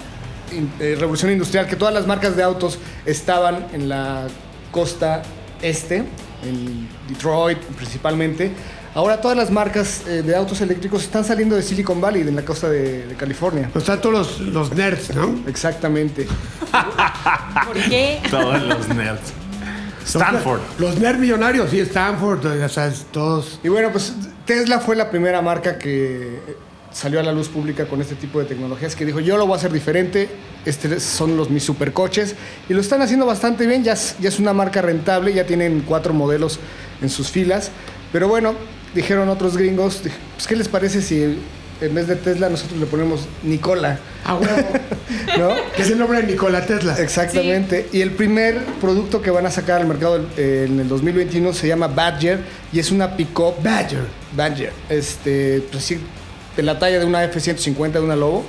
in- eh, revolución industrial, que todas las marcas de autos estaban en la costa este, en Detroit principalmente, ahora todas las marcas eh, de autos eléctricos están saliendo de Silicon Valley, de la costa de, de California.
Pues están todos los, los nerds, ¿no?
Exactamente.
¿Por qué?
Todos los nerds. Stanford.
Los nerds millonarios, sí, Stanford, o sea, es- todos.
Y bueno, pues Tesla fue la primera marca que eh, salió a la luz pública con este tipo de tecnologías que dijo, yo lo voy a hacer diferente, estos son los mis supercoches y lo están haciendo bastante bien, ya es, ya es una marca rentable, ya tienen cuatro modelos en sus filas, pero bueno, dijeron otros gringos, dij- pues ¿qué les parece si en vez de Tesla nosotros le ponemos Nicola?
Ah,
A huevo.
¿No?
<laughs> que es el nombre de Nikola Tesla.
Exactamente. Y el primer producto que van a sacar al mercado eh, en el 2021 se llama Badger y es una pick-up. Badger. Badger. Este, pues sí, de la talla de una F-150 de una Lobo.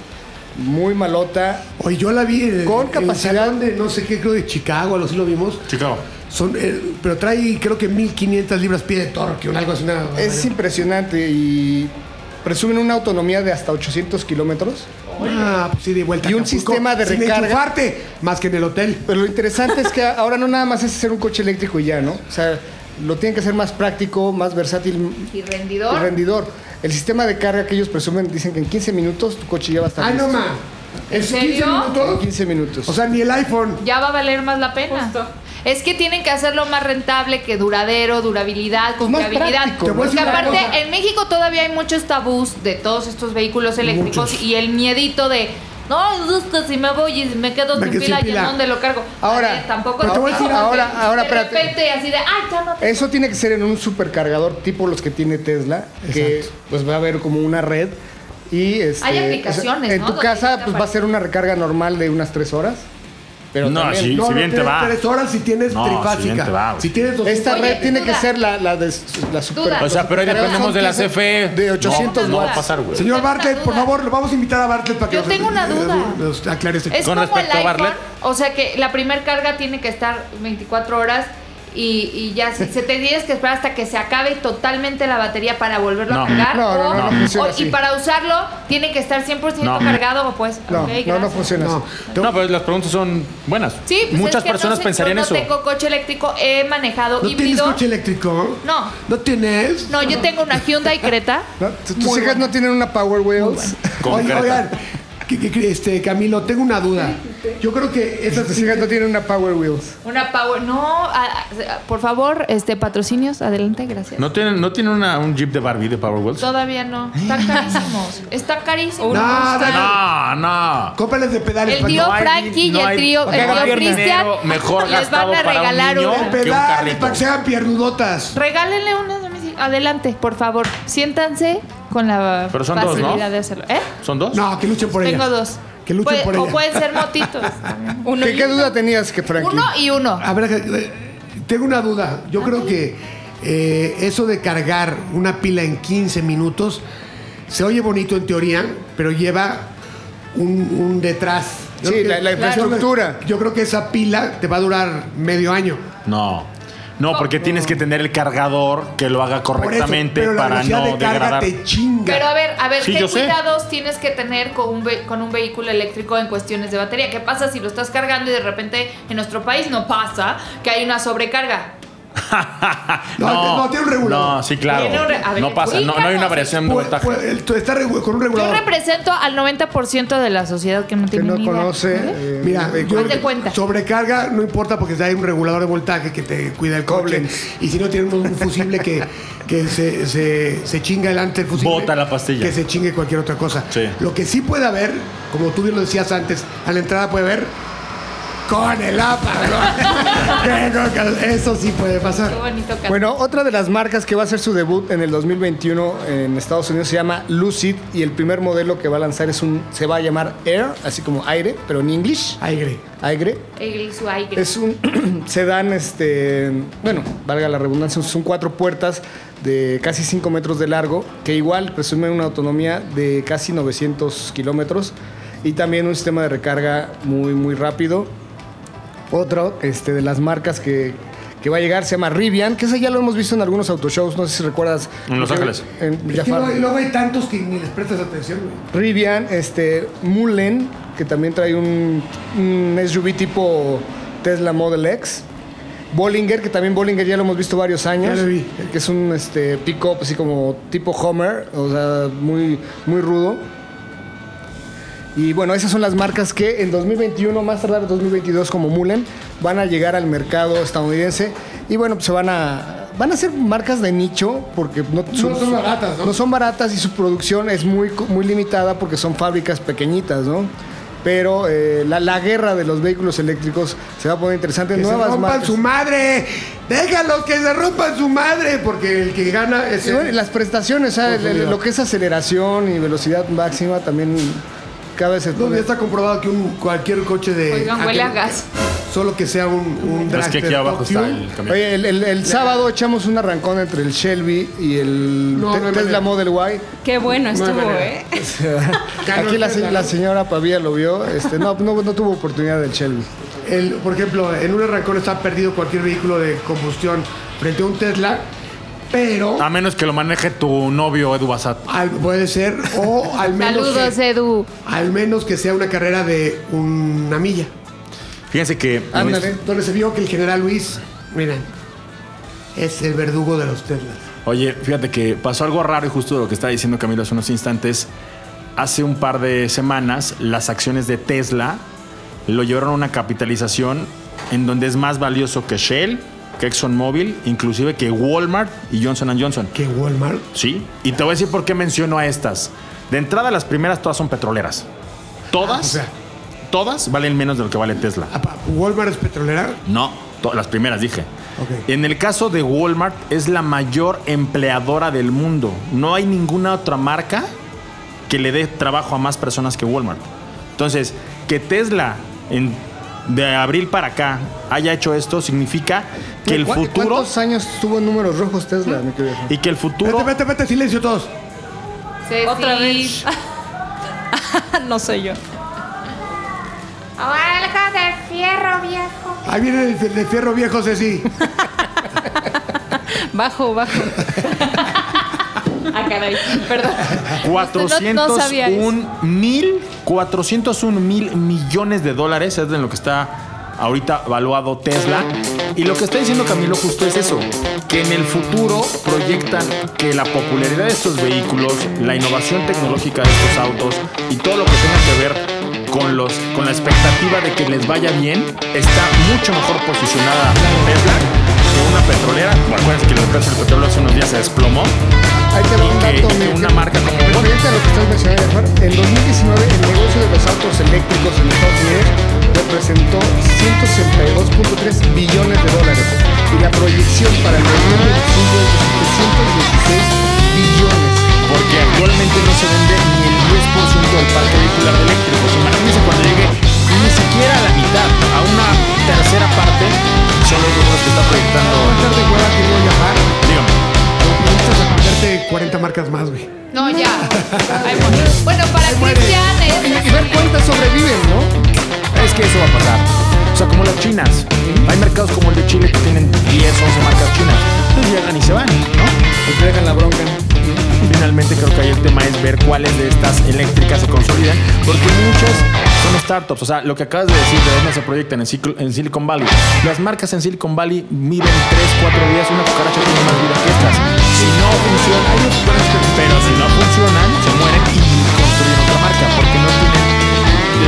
Muy malota.
Oye, yo la vi en-
Con
en
capacidad-
el salón de no sé qué, creo de Chicago, algo así lo vimos.
Chicago.
Son, eh, pero trae creo que 1500 libras pie de torque o algo así. Una,
Es impresionante y presumen una autonomía de hasta 800 kilómetros.
Ah, pues sí, de vuelta. a
Y un
Acapulco,
sistema de
sin
recarga.
enchufarte, más que en el hotel.
Pero lo interesante es que ahora no nada más es hacer un coche eléctrico y ya, ¿no? O sea, lo tienen que hacer más práctico, más versátil,
Y
El
rendidor.
rendidor. El sistema de carga que ellos presumen, dicen que en 15 minutos tu coche ya va a estar
Ah,
listo. Ah,
no más.
¿En serio?
En 15 minutos.
O sea, ni el iPhone.
Ya va a valer más la pena. es que tienen que hacerlo más rentable que duradero, durabilidad,
Pues más
confiabilidad.
práctico, ¿no?
Porque
Te voy a decir
aparte,
una cosa.
en México todavía hay muchos tabús de todos estos vehículos eléctricos y el miedito de. No, es que si me voy y me quedo
Me
sin
quedé sin
pila, ¿y en
pila".
dónde lo cargo?
Ahora,
Ay, tampoco
pero te voy a decir, ahora-
porque
ahora,
de
espérate.
repente, así de, ay, ya no te
Eso tiene que ser en un supercargador tipo los que tiene Tesla, que pues va a haber como una red y este,
Hay aplicaciones,
en
¿no?
tu
donde
casa
te
pues va a ser una recarga normal de unas tres horas. Pero
No,
también-
sí.
No,
si
no
bien te
tienes
va.
tres horas si tienes
No, si bien
trifásica.
te va, güey.
si tienes dos.
Esta
Oye,
red tiene
duda.
que ser la, la de la super.
Duda.
los
O sea,
pero ahí
supercargadores
dependemos
son
de la
15
CFE.
De 800
No, no va a
watts.
pasar, güey.
Señor
Tengo una
Bartlett, por
duda.
favor, lo vamos a invitar a Bartlett para que
Yo
nos- eh,
tengo una duda.
nos aclare este
Es
Con
como el
respecto a
iPhone,
Bartlett.
o sea que la primer carga tiene que estar 24 horas y, y ya si se te tienes que esperar hasta que se acabe totalmente la batería para volverlo
No.
a cargar.
No, no,
o-
no, no funciona
o-
así.
Y para usarlo tiene que estar 100%
No.
cargado o pues...
No,
ok,
no, no
gracias.
funciona. así.
No,
No, pero las preguntas son buenas.
Sí, pues
Muchas
es que
personas
no sé,
pensarían
yo
eso.
No tengo coche eléctrico, he manejado
¿No tienes
híbrido.
coche eléctrico?
No.
¿No tienes?
No, yo tengo una Hyundai Creta.
<laughs> ¿No? ¿Tus tus
Muy
hijas
bueno.
no tienen una Power Wheels?
Concreta.
Oigan, que- que- que, este, Camilo, tengo una duda. Yo creo que esas
<laughs> Tus hijas no tienen una Power Wheels.
Una Power... No, ah, ah, por favor, este patrocinios, adelante, gracias.
¿No tienen, no tienen una- un Jeep de Barbie de Power Wheels?
Todavía no. Están carísimos. Están carísimos.
Nada.
No, no.
Cómprales de pedales.
El
para-
tío
No,
hay-
Frankie
no
y el
hay-
tío, el
no
tío
hay
Cristian
dinero mejor
<laughs> les
gastado
van a
para un
regalar
niño.
una.
que un
pedales
carrito.
para que sean piernudotas.
Regálenle una de mis hijas. Adelante, por favor. Siéntanse con la
Pero son dos,
facilidad
¿no?
de hacerlo. ¿Eh?
¿Son dos?
No, que luchen por ella.
Tengo dos.
Que luchen
Puede-
por
o
ella.
pueden ser
<laughs>
motitos.
Uno
¿Qué,
y
qué
uno.
duda tenías que Frankie?
Uno y uno.
A ver, eh, tengo una duda. Yo
Ah.
creo que eh, eso de cargar una pila en 15 minutos se oye bonito en teoría, pero lleva un, un detrás. Yo
Sí,
creo
la- la infraestructura.
Yo creo que esa pila te va a durar medio año.
No. No, porque tienes que tener el cargador que lo haga
Por eso,
correctamente
pero la
para
velocidad
no
de carga
degradar.
te chinga.
Pero a ver, a ver,
Sí,
¿qué
yo sé.
cuidados tienes que tener con un, ve- con un vehículo eléctrico en cuestiones de batería? ¿Qué pasa si lo estás cargando y de repente en nuestro país no pasa que hay una sobrecarga?
No, no, tiene un regulador.
No, sí, claro.
Tiene un re- a ver,
no pasa, no, no hay una
explícanos.
variación de
Pu-
voltaje.
pu- Pues, el- tú estás regu- con un
Yo
regulador.
represento al 90% de la sociedad que no
Que
tiene
no
ni idea.
conoce.
¿Eh?
eh,
Mira,
un
yo
Haz de cuenta.
sobrecarga no importa porque hay un regulador de voltaje que te cuida el coche.
Koblenz.
Y si no tienes un fusible que, que se, se, se chinga delante el fusible.
Bota la pastilla.
Que se chingue cualquier otra cosa.
Sí.
Lo que sí puede haber, como tú bien lo decías antes, a la entrada puede haber con el APA. ¿no? <laughs> Eso sí puede pasar.
Qué bonito canto.
Bueno, otra de las marcas que va a hacer su debut en el 2021 en Estados Unidos se llama Lucid y el primer modelo que va a lanzar es un se va a llamar Air, así como aire, pero en inglés,
Aire.
aire.
El su aire.
Es un <clears throat> sedán, este, bueno, valga la redundancia, son cuatro puertas de casi 5 metros de largo, que igual presume una autonomía de casi 900 kilómetros y también un sistema de recarga muy, muy rápido. Otro este, de las marcas que, que va a llegar se llama Rivian, que ese ya lo hemos visto en algunos autoshows, no sé si recuerdas.
En Los
que-
Ángeles.
En
Es que
Jafar.
luego, luego hay tantos que ni les prestas atención. güey.
Rivian, este, Mullen, que también trae un, un SUV tipo Tesla Model X. Bollinger, que también Bollinger ya lo hemos visto varios años.
Ya lo vi.
Que es un este, pick-up así como tipo Homer, o sea, muy, muy rudo. Y bueno, esas son las marcas que en 2021, más tardar 2022 como Mullen, van a llegar al mercado estadounidense. Y bueno, pues se van a... Van a ser marcas de nicho porque no,
son baratas, ¿no?
no son baratas y su producción es muy, muy limitada porque son fábricas pequeñitas, ¿no? Pero eh, la, la guerra de los vehículos eléctricos se va a poner interesante.
Que se
Nuevas
rompan
marcas.
su madre. Déjalo que se rompan su madre. Porque el que gana es
Y
el-
bueno, y las prestaciones, o sea, el- el- lo que es aceleración y velocidad máxima también cada vez se
Donde
pone-
está comprobado que un, cualquier coche de.
Oigan, huele a gas.
Solo que sea un, un
es que
dragster
aquí abajo
top
está
fuel.
el camión.
Oye, el, el- el sábado echamos un arrancón entre el Shelby y el
No,
Te-
no hay
Tesla
manera.
Model Y.
Qué bueno estuvo,
manera.
¿eh? <laughs>
Aquí la, se- la señora Pavía lo vio. Este, no, no, no tuvo oportunidad del Shelby.
El- por ejemplo, en un arrancón está perdido cualquier vehículo de combustión frente a un Tesla, pero
A menos que lo maneje tu novio Edu Basat.
al- puede ser, o al menos,
Saludos,
que,
Edu.
al menos que sea una carrera de una milla.
Fíjense que.
Ándale.
Donde se vio que el general Luis, miren, es el verdugo de los Teslas.
Oye, fíjate que pasó algo raro y justo de lo que estaba diciendo Camilo hace unos instantes. Hace un par de semanas, las acciones de Tesla lo llevaron a una capitalización en donde es más valioso que Shell, que ExxonMobil, inclusive que Walmart y Johnson Johnson.
¿Qué Walmart?
Sí. Y te voy a decir por qué menciono a estas. De entrada, las primeras todas son petroleras.
<laughs>
Todas,
O sea,
todas valen menos de lo que vale Tesla.
apa, Walmart es petrolera.
No, to- las primeras dije.
Ok.
En el caso de Walmart, es la mayor empleadora del mundo. No hay ninguna otra marca que le dé trabajo a más personas que Walmart. Entonces, que Tesla en- de abril para acá haya hecho esto significa que el
¿Cu-
futuro
¿Cuántos años estuvo en números rojos Tesla, mi querido?
y que el futuro
Vete, vete, vete, silencio todos.
Ceci.
Otra vez. no soy yo.
Ahí viene el, el fierro viejo, Ceci. <laughs>
Bajo,
<laughs>
bajo. ah, caray. Perdón. No, no sabía eso.
401 mil 401 mil millones de dólares es en lo que está ahorita valuado Tesla y lo que está diciendo Camilo justo es eso que en el futuro proyectan que la popularidad de estos vehículos la innovación tecnológica de estos autos y todo lo que tenga que ver con los con la expectativa de que les vaya bien está mucho mejor posicionada Tesla que una petrolera bueno, acuérdense que el precio del petróleo hace unos días se desplomó
Ahí te va un
y que-
dato,
y que
mi-
una marca como Ford
Referente a lo que estás mencionando, Juan, en 2019 el negocio de los autos eléctricos en Estados Unidos representó 162.3 billones de dólares y la proyección para el 2025 es de 716 billones.
porque actualmente no se vende ni el 10% del parque vehicular de eléctricos. Imagínense cuando llegue ni siquiera a la mitad, a una tercera parte, son los números que está proyectando.
Tarde, güey, te voy a llamar.
Dígame.
Necesitas acordarte 40 marcas más, güey.
No, ya. Ahí muere. Bueno, para Cristian
Y,
es.
y ver cuántas sobreviven, ¿no?
Es que eso va a pasar. O sea, como las chinas. Hay mercados como el de Chile que tienen 10, 11 marcas chinas. Entonces llegan y se van, ¿no?
Y te dejan la bronca.
Finalmente creo que ahí el tema es ver cuáles de estas eléctricas se consolidan, porque muchas son startups. O sea, lo que acabas de decir de dónde se proyectan en, Sil- en Silicon Valley. Las marcas en Silicon Valley miden 3, 4 días, una cucaracha tiene más vida que estas. Si no funcionan, pero si no funcionan, se mueren y construyen otra marca, porque no tienen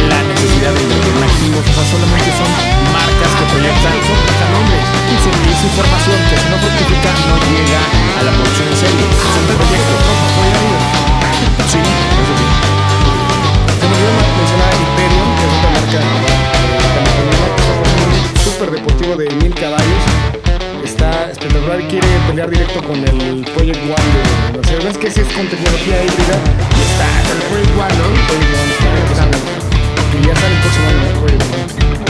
la necesidad de invertir en activos. O sea, solamente son marcas que proyectan son prestanombres y se y es información que si no fructifica no llega a la producción en serie. Es un proyecto. Sí, eso sí.
Se me olvidó mencionar a Hyperion, que es otra marca eh, californiana, que está súper deportivo de mil caballos. Está espectacular y quiere pelear directo con el Project One de Mercedes. Es que sí es con tecnología híbrida y está el Project One, ¿no? Project One está empezando. Y ya sale el próximo año, ¿no? Project One.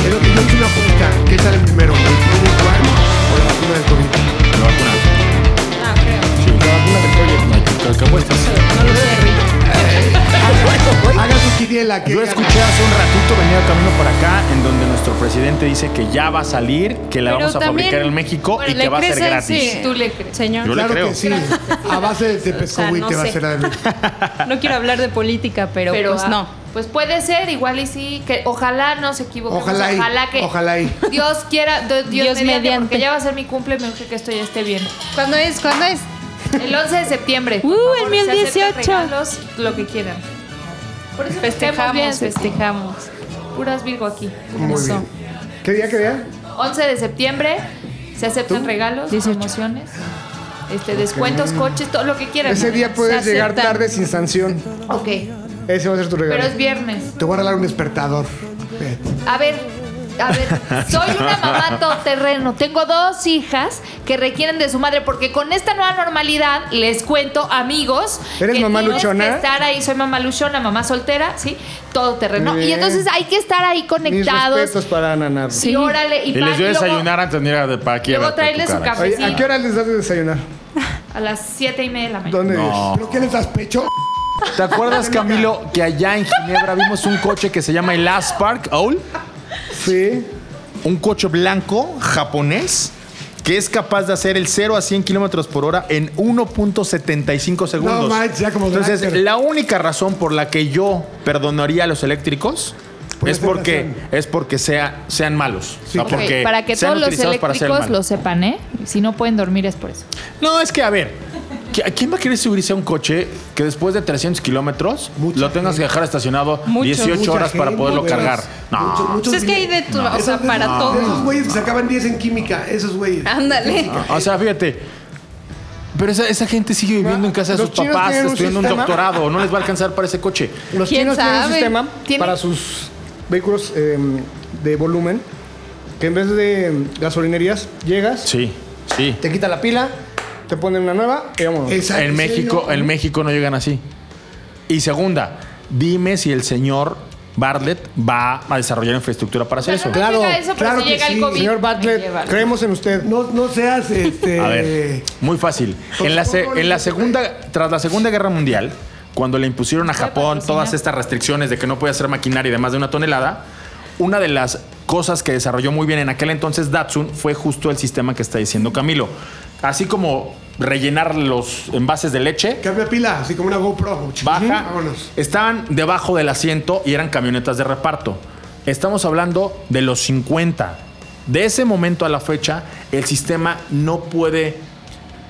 Pero si yo hice una apuesta, ¿qué sale primero? ¿El Project One o la vacuna del COVID?
La vacuna.
Ah,
La vacuna del Project One.
Haga su quiniela. que
Yo
gana.
escuché hace un ratito venía de camino para acá en donde nuestro presidente dice que ya va a salir, que la
Pero
vamos a
también-
fabricar en México y
Bueno,
que
le
va a ser
crees
gratis.
ese-
Tú le crees.
Señor,
Yo le
Claro
creo.
que sí. A base de pescobuy
no
te va a
sé.
hacer la de
no quiero hablar de política, pero,
Pero
pues
ah,
no.
Pues puede ser, igual y sí, que ojalá no se equivoquemos.
Ojalá y-
que
ojalá y.
Dios quiera, do- Dios,
Dios
mediante,
mediante.
porque ya va a ser mi cumple, me urge que esto ya esté bien.
¿Cuándo es? ¿Cuándo es?
El 11 de septiembre.
Uh,
por favor,
el mío el
se aceptan
18.
regalos, lo que quieran. Por eso festejamos, bien,
festejamos.
puras Virgo aquí.
Muy
Eso.
bien.
¿Qué día, qué día?
11 de septiembre, se aceptan regalos,
18.
promociones, este, descuentos, coches, todo lo que quieran.
Ese día puedes
Se
llegar
aceptan.
tarde sin sanción.
Ok,
Ese va a ser tu regalo.
pero es viernes.
Te voy a regalar un despertador. Ve.
A ver, a ver, soy una mamá todoterreno. Tengo dos hijas que requieren de su madre porque con esta nueva normalidad les cuento, amigos,
¿Eres
que
mamá
tienes
luchona?
que estar ahí. Soy mamá luchona, mamá soltera, sí, todoterreno.
Muy
Y
bien.
entonces hay que estar ahí
Mis
conectados.
respetos para Ana Narro.
Sí.
Y órale, y,
Y les dio
pan,
a
luego
desayunar antes de ir a de para aquí a
luego
verte
traerle
tu
su
cara.
café.
Oye,
Sí.
¿a qué hora les das de desayunar?
a las siete y media de la mañana.
¿Dónde
No.
¿Pero qué les das pecho?
¿Te
<laughs>
acuerdas, Camilo, que allá en Ginebra vimos un coche que se llama el Aspark Owl?
vives? Sí.
Un coche blanco japonés que es capaz de hacer el 0 a 100 kilómetros por hora en 1.75 segundos.
No manches, ya como
Entonces,
Dragster.
la única razón por la que yo perdonaría a los eléctricos
Por Pues
es
esa
porque,
razón.
es porque sea, sean malos. O sea,
Ok,
porque
para que
sean
todos los
utilizados para hacer el
eléctricos
mal.
lo sepan, ¿eh? Si no pueden dormir es por eso.
No, es que a ver, ¿qui- ¿a quién va a querer subirse a un coche que después de 300 kilómetros
Mucha
lo tengas que dejar estacionado
Mucho.
18
Mucha
horas para
gente,
poderlo
muchas-
cargar? No.
muchos- muchos
Pues es que hay de tu- o sea, para
de
todo. Ah.
Esos güeyes que sacaban 10 en química, esos güeyes.
Ándale.
O sea, fíjate. Pero esa, esa gente sigue viviendo en casa de
Los
sus
chinos
papás,
tienen un
estudiando un
sistema.
doctorado. No les va a alcanzar para ese coche.
Los
¿Quién
chinos tienen un
sabe?
sistema
Tiene-
para sus vehículos eh, de volumen que en vez de mm, gasolinerías llegas,
Sí, sí.
te quita la pila, te ponen una nueva y vámonos.
Exacto,
En
sí,
México,
¿no?
en México no llegan así. Y segunda, dime si el señor Bartlett va a desarrollar infraestructura para hacer
O
eso.
sea, no nos
Claro,
llega eso, pero
claro
si
que
llega
sí.
el COVID.
Señor Bartlett,
me lleva.
creemos en usted.
No, no seas este.
eh. <laughs> A ver, muy fácil. En la, se- en la segunda, tras la Segunda Guerra Mundial, cuando le impusieron a Japón todas estas restricciones de que no podía hacer maquinaria de más de una tonelada, una de las cosas que desarrolló muy bien en aquel entonces Datsun fue justo el sistema que está diciendo Camilo. Así como rellenar los envases de leche,
Cambia pila, así como una GoPro.
baja,
Vámonos.
estaban debajo del asiento y eran camionetas de reparto. Estamos hablando de los 50. De ese momento a la fecha, el sistema no puede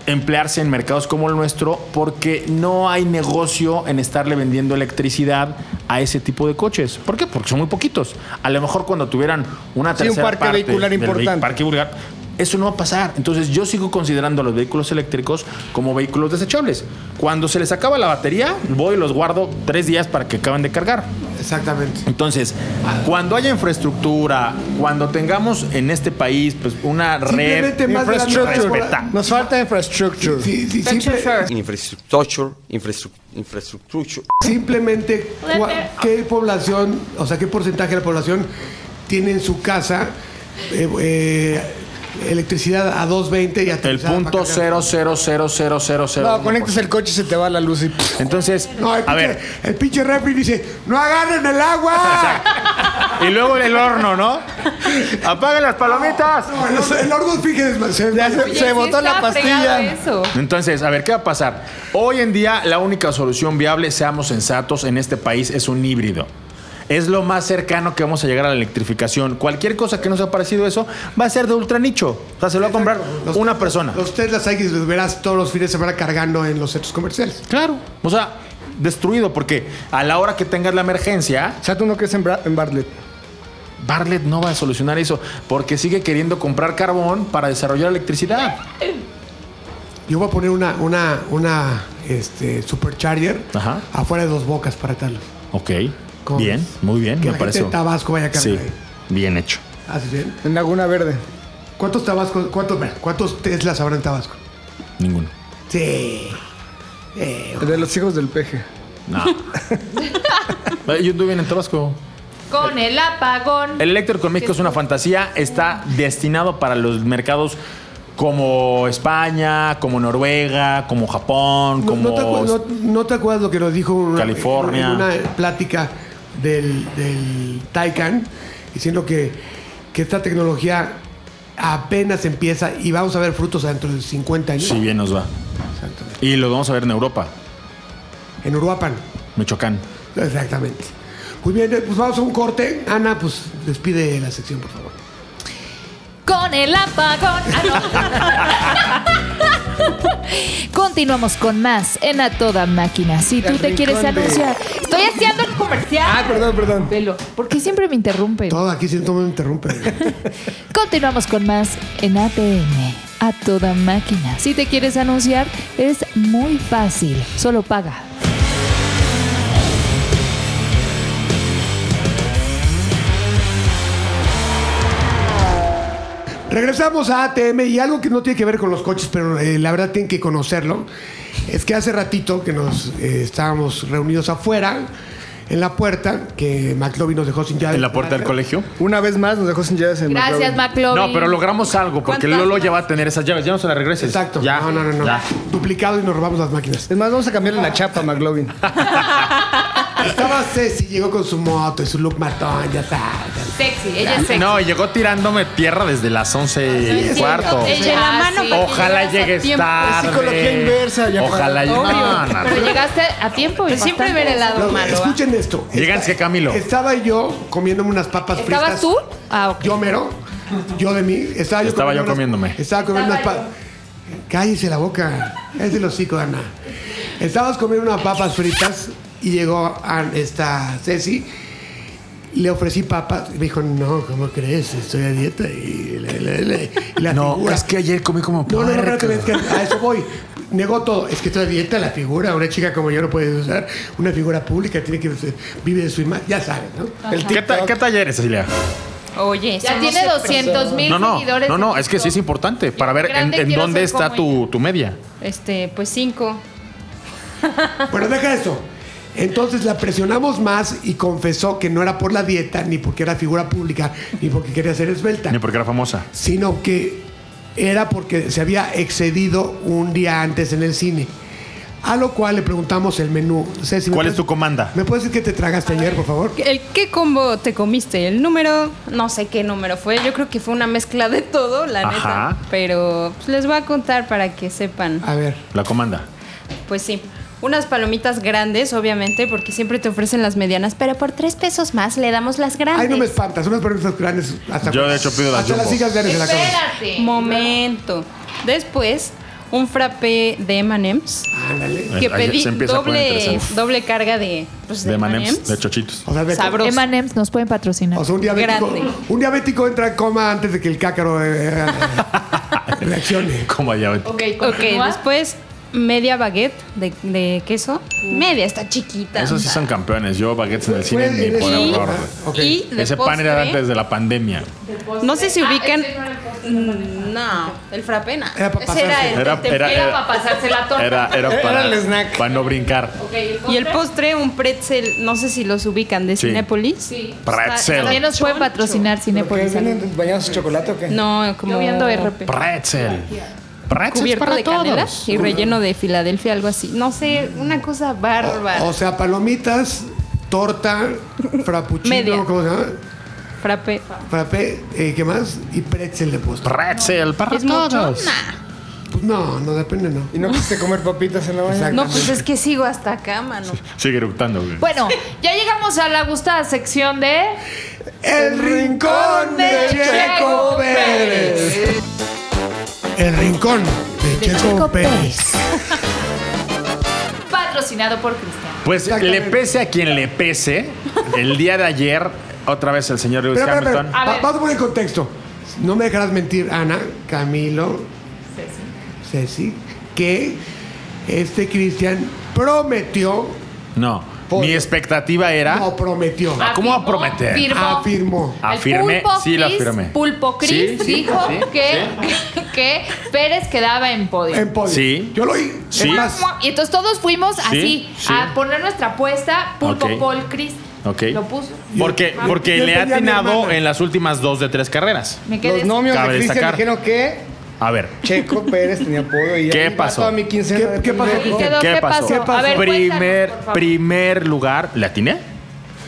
emplearse en mercados como el nuestro porque no hay negocio en estarle vendiendo electricidad a ese tipo de coches. ¿Por qué? Porque son muy poquitos. A lo mejor cuando tuvieran una
Sí, un
tercera
parque
parte
vehicular
del vehi-
importante.
parque vulgar, eso no va a pasar. Entonces yo sigo considerando a los vehículos eléctricos como vehículos desechables. Cuando se les acaba la batería, voy y los guardo tres días para que acaben de cargar.
Exactamente.
Entonces, cuando haya infraestructura, cuando tengamos en este país pues, una red
Simplemente más de la misma
infraestructura,
escuela.
respeta-
Nos falta infrastructure.
Sí, sí, simple-
Infrastructure, infrastru- infrastructure.
simplemente, cua- ¿qué población, o sea, qué porcentaje de la población tiene en su casa eh, eh, electricidad a 220 y hasta
el punto cero cero cero cero cero cero
No,
uno
conectas
por
el coche y se te va la luz y pff,
ciento. Entonces,
No, el
a
pinche,
ver,
el pinche refri dice, no agarren el agua.
y luego el
<laughs>
horno, ¿no? Apaguen las palomitas.
No, el, el horno fíjense, se-
se,
Oye,
se
sí
botó la
está fregado
pastilla.
eso.
Entonces, a ver, ¿qué va a pasar? Hoy en día la única solución viable, seamos sensatos, en este país es un híbrido. Es lo más cercano que vamos a llegar a la electrificación. Cualquier cosa que nos ha parecido eso va a ser de ultra nicho. O sea, se lo va a comprar
Los-
una persona.
Los Teslas X los verás todos los fines de semana cargando en los centros comerciales.
Claro. O sea, destruido porque a la hora que tengas la emergencia,
O sea, tú no crees en, Bra- en Bartlett.
Bartlett no va a solucionar eso porque sigue queriendo comprar carbón para desarrollar electricidad.
Yo voy a poner una, una, una este, supercharger
Ajá.
afuera de dos bocas para atarlos.
Ok.
¿Cómo
Bien,
ves?
muy bien,
Que
me
la
parece.
gente de Tabasco vaya a ¿eh? cargar
Sí,
ahí.
bien hecho.
¿Haces bien?
En Laguna Verde.
¿eh? ¿Cuántos Tabasco, cuántos, cuántos Teslas habrá en Tabasco?
Ninguno.
Sí. Eh,
De los hijos del peje.
<laughs> No. Yo estuve en Tabasco.
Con el apagón.
El eléctrico en México es una fantasía. Está destinado para los mercados como España, como Noruega, como Japón,
no,
como...
no te acuerdas, no- no te acuerdas lo que nos dijo una,
California.
en una plática del, del Taycan diciendo que, que esta tecnología apenas empieza y vamos a ver frutos dentro de 50 años?
Sí, bien nos va.
Exactamente.
Y lo vamos a ver en Europa,
En Uruapan.
Michoacán.
Exactamente. Muy bien, eh, pues vamos a un corte. Ana, pues despide la sección, por favor.
Con el apagón. Ah, <laughs> no. Continuamos con más en A Toda Máquina. Si tú te quieres
rincón de-
anunciar. Estoy haciendo el comercial.
Ah, perdón, perdón.
Velo. ¿Por qué siempre me interrumpen?
Todo aquí siento me interrumpe.
Continuamos con más en ATM. A Toda Máquina. Si te quieres anunciar, es muy fácil. Solo paga.
Regresamos a ATM y algo que no tiene que ver con los coches, pero eh, la verdad tienen que conocerlo. Es que hace ratito que nos eh, estábamos reunidos afuera, en la puerta, que McLovin nos dejó sin llave.
¿En la puerta del colegio?
Una vez más nos dejó sin llaves en
Gracias,
McLaren.
McLovin.
No, pero logramos algo, porque
¿Cuántas
Lolo ya va a tener esas llaves. Ya no se las regreses.
Exacto.
Ya.
no, no, no, no.
ya.
Duplicado y nos robamos las máquinas.
Es más, vamos a cambiarle la chapa a McLovin.
Estaba Ceci, llegó con su moto y su look matón, ya sabes.
Sexy. Ella es sexy.
No, llegó tirándome tierra desde las 11 y cuarto.
Ella en la mano
sí.
para que
Ojalá
llegaras a
llegues
tiempo.
tarde.
Psicología inversa, ya
Ojalá
fue.
llegues.
Obvio.
No, no,
Pero
no.
llegaste a tiempo y
Pero Pues siempre
bastante.
ver el lado
Pero
¿ah?
malo. ¿va?
escuchen esto.
Llegan que Camilo.
Estaba yo comiéndome unas papas fritas.
¿Estabas tú? Ah, ok.
Yo mero. Yo de mí. Estaba yo,
Estaba
comiéndome
yo
unas-
comiéndome.
Estaba comiendo unas
Estaba
papas. Cállese la boca. Es el hocico, Ana. Estábamos comiendo unas papas fritas y llegó a esta Ceci. Le ofrecí papas. Me dijo, no, ¿cómo crees? Estoy a dieta y la, la- la- y la
No,
figura".
es que ayer comí como
No, no, no, no,
puerco.
es que a eso voy. Negó todo. Es que estoy a dieta, la figura. Una chica como yo no puede usar una figura pública. Tiene que... Vive de su imagen. Ya sabes, ¿no?
El ¿Qué, ta- ¿Qué taller es, Cecilia?
Oye,
Ya tiene 200 mil
No, no,
seguidores.
no, no,
en
es que sí es
TikTok.
importante para ver en,
grande
en
quiero
dónde
ser
está
como
tu, tu media.
Este, pues cinco.
Bueno, deja eso. Entonces la presionamos más y confesó que no era por la dieta, ni porque era figura pública, ni porque quería ser esbelta,
Ni porque era famosa.
sino que era porque se había excedido un día antes en el cine. A lo cual le preguntamos el menú. Ceci, ¿me
¿Cuál es
puedes-
tu comanda?
¿Me puedes decir qué te tragaste ayer, por favor?
¿El qué combo te comiste? El número, no sé qué número fue. Yo creo que fue una mezcla de todo, la
Ajá.
neta. Pero pues, les voy a contar para que sepan.
A ver.
La comanda.
Pues sí. Unas palomitas grandes, obviamente, porque siempre te ofrecen las medianas, pero por tres pesos más le damos las grandes.
Ay, no me espantas, unas preguntas grandes. Hasta
Yo, de hecho, pido las
Hasta las
jumbo.
hijas verdes se la comen.
Espérate.
Momento. Después, un frappé de M&M's
Ándale.
que
Eh, ahí
pedí
se empieza a poner
doble,
interesante.
doble carga de, pues, de
De manems,
M&M's.
de chochitos.
O sea, ve-
Sabroso.
M&M's nos pueden patrocinar.
O sea, un diabético,
Grande.
un diabético entra en coma antes de que el cácaro eh, eh, <laughs> reaccione.
<laughs> Como allá.
ok,
Ok,
continúa.
después media baguette de, de queso. Media, está chiquita.
Esos sí son campeones. Yo baguettes en el cine
Fue-
ni por
y-
error.
Ah, ok.
Y de
Ese pan era
postre,
antes de la pandemia.
No sé si
Ah,
ubican.
ese no era el postre.
No, el frappé no.
Era pa'
Ese era
pasarse.
el
Era,
tempeh.
era,
Era
era,
para pasarse la torta.
era,
Era
era para,
el snack.
para no brincar.
Ok,
pues
¿el
Y el
postre?
postre, un pretzel, no sé si los ubican, de
Sí.
Cinépolis.
Sí. También
Pretzel.
nos pueden patrocinar
¿Porque
Cinepolis. Yo
vienen bañados en chocolate o qué?
No, como
viendo RP.
Pretzel. Pretzel
cubierto
para
de canela
todos.
y relleno de Filadelfia, algo así. No sé, una cosa bárbara.
Oh,
O sea, palomitas, torta, frappuccino,
Media.
¿cómo se llama?
Frappé.
Frappé, eh, ¿qué más? Y pretzel de postre.
Pretzel para
¿Es mucho?
todos.
Nah.
Pues no, no depende, no.
¿Y no quisiste comer papitas en la mañana?
Exacto.
No, pues es que sigo hasta acá, mano.
Sigue eructando, güey.
Bueno, ya llegamos a la gustada sección de...
El rincón de Checo
Checo
Pérez. El rincón de Checo Pérez.
Patrocinado por Cristian.
Pues le
Exactamente.
pese a quien le pese, el día de ayer, otra vez el señor Lewis
Pero, pero, pero,
Hamilton.
A
va-
ver.
vamos a poner en contexto. No me dejarás mentir, Ana, Camilo, Ceci, que este Cristian prometió,
No,
Por-
mi expectativa era.
no prometió,
¿Cómo va a prometer?
Firmó.
afirmó.
El
Afirmé,
Pulpo
sí la
Cris-
afirmé.
Pulpo Cris
Sí, sí,
dijo
sí,
que, <laughs> que Pérez quedaba en podio.
Eh,
En podio.
Sí.
Yo lo oí.
Sí.
Es más,
Y entonces todos fuimos así
sí.
a poner nuestra apuesta. Pulpo
Ok.
Paul Cris
Ok.
lo puso.
Porque,
Yo-
porque
yo
le ha
entendí a mi
atinado
hermana.
en las últimas dos de tres carreras.
Me quedé.
Los nomios
Cabe
de Cristian
destacar.
dijeron que
A ver.
Checo Pérez tenía apodo y
¿Qué
ahí va
pasó?
toda mi quincena
¿Qué-
de
qué pasó?
pendejo.
Quedó,
¿Qué
¿qué
pasó?
pasó? ¿Qué pasó? A ver,
primer,
cuéntanos, por favor.
primer lugar. ¿Le atiné?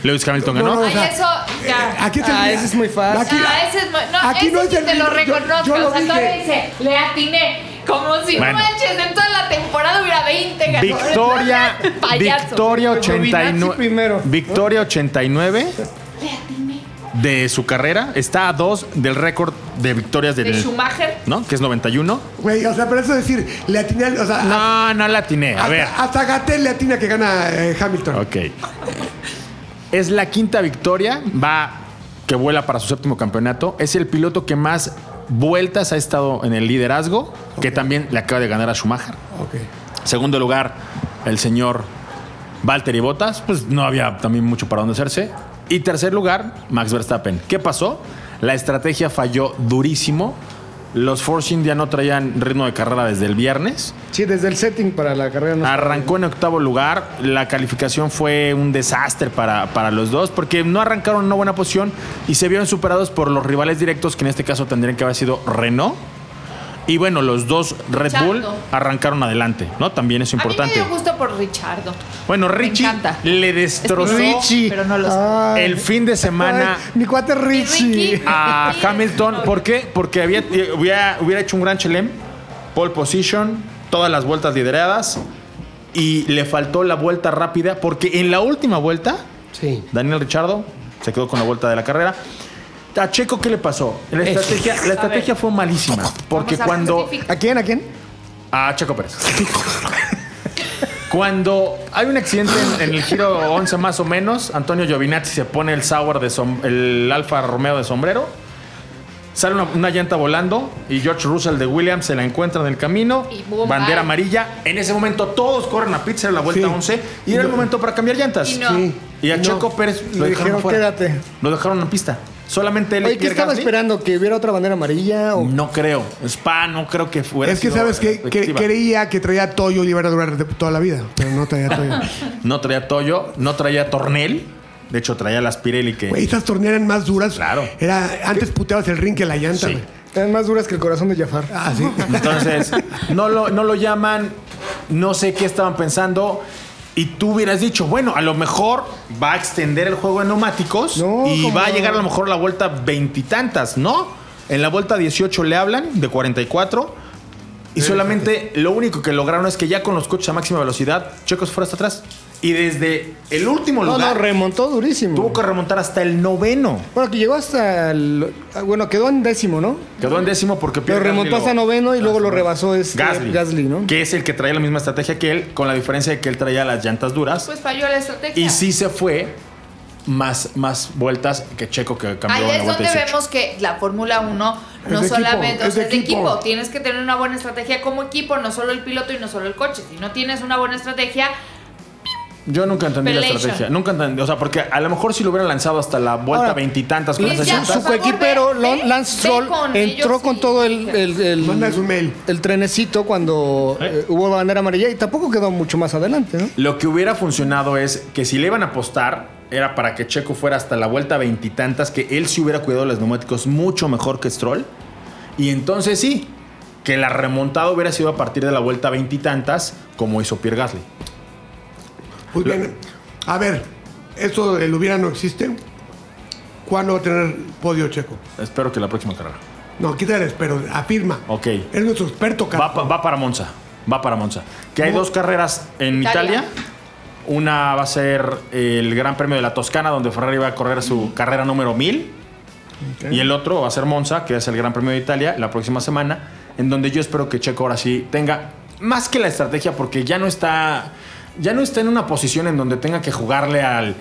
Lewis Hamilton
No,
ganó.
no,
Ay, eso ya.
eh, Aquí te
Ah, ese es muy fácil.
Aquí,
Ah, ese es, mu- no,
aquí
ese
no es
sí
el
te lo
libro, yo-
reconozco.
yo lo
o sea,
dije.
todavía dice, le atiné. Como si
Bueno.
no manches, en toda la temporada hubiera 20 ganadores.
Victoria,
<laughs> Payaso.
Victoria
Pues Giovinazzi
89.
primero.
Victoria 89 de su carrera está a dos del récord de victorias de,
De Schumacher.
¿no? Que es 91.
güey, o sea, pero eso es decir, le atiné, al- o sea,
No, no la atiné. A
hasta,
ver.
hasta Gatell le atina que gana eh, Hamilton.
Ok. Es la quinta victoria. Va que vuela para su séptimo campeonato. Es el piloto que más vueltas ha estado en el liderazgo, que también le acaba de ganar a Schumacher.
Ok.
Segundo lugar, el señor Valtteri Bottas. Pues no había también mucho para dónde hacerse. Y tercer lugar, Max Verstappen. ¿Qué pasó? La estrategia falló durísimo. Los Force India no traían ritmo de carrera desde el viernes.
Sí, desde el setting para la carrera no
Arrancó en octavo lugar. La calificación fue un desastre para, para los dos porque no arrancaron en una buena posición y se vieron superados por los rivales directos, que en este caso tendrían que haber sido Renault. Y bueno, los dos Red
Richardo.
Bull arrancaron adelante, ¿no? También es
A mí me
importante.
dio gusto por Richardo.
Bueno, Richie
encanta.
le destrozó
Richie.
Pero no lo sé.
Ay,
el fin de semana
ay, mi cuate Richie.
Ricky.
<laughs> a
Sí,
Hamilton. ¿Por qué? Porque había, hubiera, hubiera hecho un gran chelem, pole position, todas las vueltas lideradas y le faltó la vuelta rápida porque en la última vuelta
Sí.
Daniel Richardo se quedó con la vuelta de la carrera. ¿A Checo qué le pasó? La estrategia, la estrategia fue malísima porque
Vamos a
cuando
justificar.
¿A quién? ¿A quién?
A Checo Pérez. Cuando hay un accidente en, en el giro 11 más o menos, Antonio Giovinazzi se pone el sour de som- el Alfa Romeo de sombrero. Sale una, una llanta volando y George Russell de Williams se la encuentra en el camino.
Y boom,
bandera
bye.
amarilla. En ese momento todos corren a pizza en la vuelta
Sí.
11 y era el momento para cambiar llantas.
Y no. Sí.
Y a
No.
Checo Pérez lo dejaron
Le dijeron,
fuera.
"Quédate".
Lo dejaron en pista. Solamente él y
Oye, ¿qué
Pierre
estaba
Gasly. Mm.
esperando? ¿Que hubiera otra bandera amarilla? O...
No creo. Spa, no creo que fuera.
Es que sabes que creía que traía Toyo y le iba a durar de- toda la vida, pero no traía
<laughs>
Toyo.
No traía Toyo, no traía Tornel. De hecho, traía las Pirelli que.
Güey, estas torneras eran más duras.
Claro.
Era, antes puteabas el ring que la llanta,
Sí.
güey.
Están más duras que el corazón de Jafar.
Ah, sí.
Entonces, no lo, no lo llaman, no sé qué estaban pensando. Y tú hubieras dicho, bueno, a lo mejor va a extender el juego de neumáticos
No,
y
¿cómo
va a
no?
llegar a lo mejor a la vuelta veintitantas, ¿no? En la vuelta 18 le hablan de 44 y solamente lo único que lograron es que ya con los coches a máxima velocidad, Checo se fue hasta atrás. Y desde el último
No, no,
lugar
remontó durísimo.
tuvo que remontar hasta el noveno.
Bueno, que llegó hasta el... ah, Bueno, quedó en décimo, ¿no?
Quedó en décimo porque
Lo
Pierre
remontó
Gasly
hasta
lo-
noveno y luego lo rebasó este
Gasly,
Gasly, ¿no?
Que es el que traía la misma estrategia que él, con la diferencia de que él traía las llantas duras.
Pues falló la estrategia.
y sí se fue más, más vueltas que Checo que cambió
Ahí
en la
es
vuelta
donde
18.
vemos que la Fórmula 1
Es
no
de equipo,
solamente o
es de
sea, es de equipo.
equipo.
tienes que tener una buena estrategia como equipo, no solo el piloto y no solo el coche. Si no tienes una buena estrategia,
Yo nunca entendí la
Pelation.
estrategia. Nunca entendí. O sea, porque a lo mejor si lo hubieran lanzado hasta la vuelta
Ahora,
veintitantas con
y
esas
ya,
llantas.
Su
por favor,
coequipero
ve,
Lon-
ve,
Lance
ve
Stroll
con
entró
ellos
con
y-
todo el, el, el-
Mandas un mail.
el trenecito cuando
¿Eh?
eh, hubo bandera amarilla y tampoco quedó mucho más adelante, ¿no?
Lo que hubiera funcionado es que si le iban a apostar era para que Checo fuera hasta la vuelta veintitantas, que él sí hubiera cuidado los neumáticos mucho mejor que Stroll. Y entonces sí, que la remontada hubiera sido a partir de la vuelta veintitantas, como hizo Pierre Gasly.
Muy bien. A ver, eso el hubiera no existe. ¿Cuándo va a tener podio Checo?
Espero que la próxima carrera.
No, quítale, pero afirma.
Ok.
Es nuestro experto,
Va,
Carlos.
pa- va para Monza. Va para Monza. Que hay dos carreras en Italia.
Italia.
Una va a ser el Gran Premio de la Toscana, donde Ferrari va a correr su carrera número 1000. Y el otro va a ser Monza, que es el Gran Premio de Italia, la próxima semana, en donde yo espero que Checo ahora sí tenga más que la estrategia, porque ya no está, ya no está en una posición en donde tenga que jugarle al.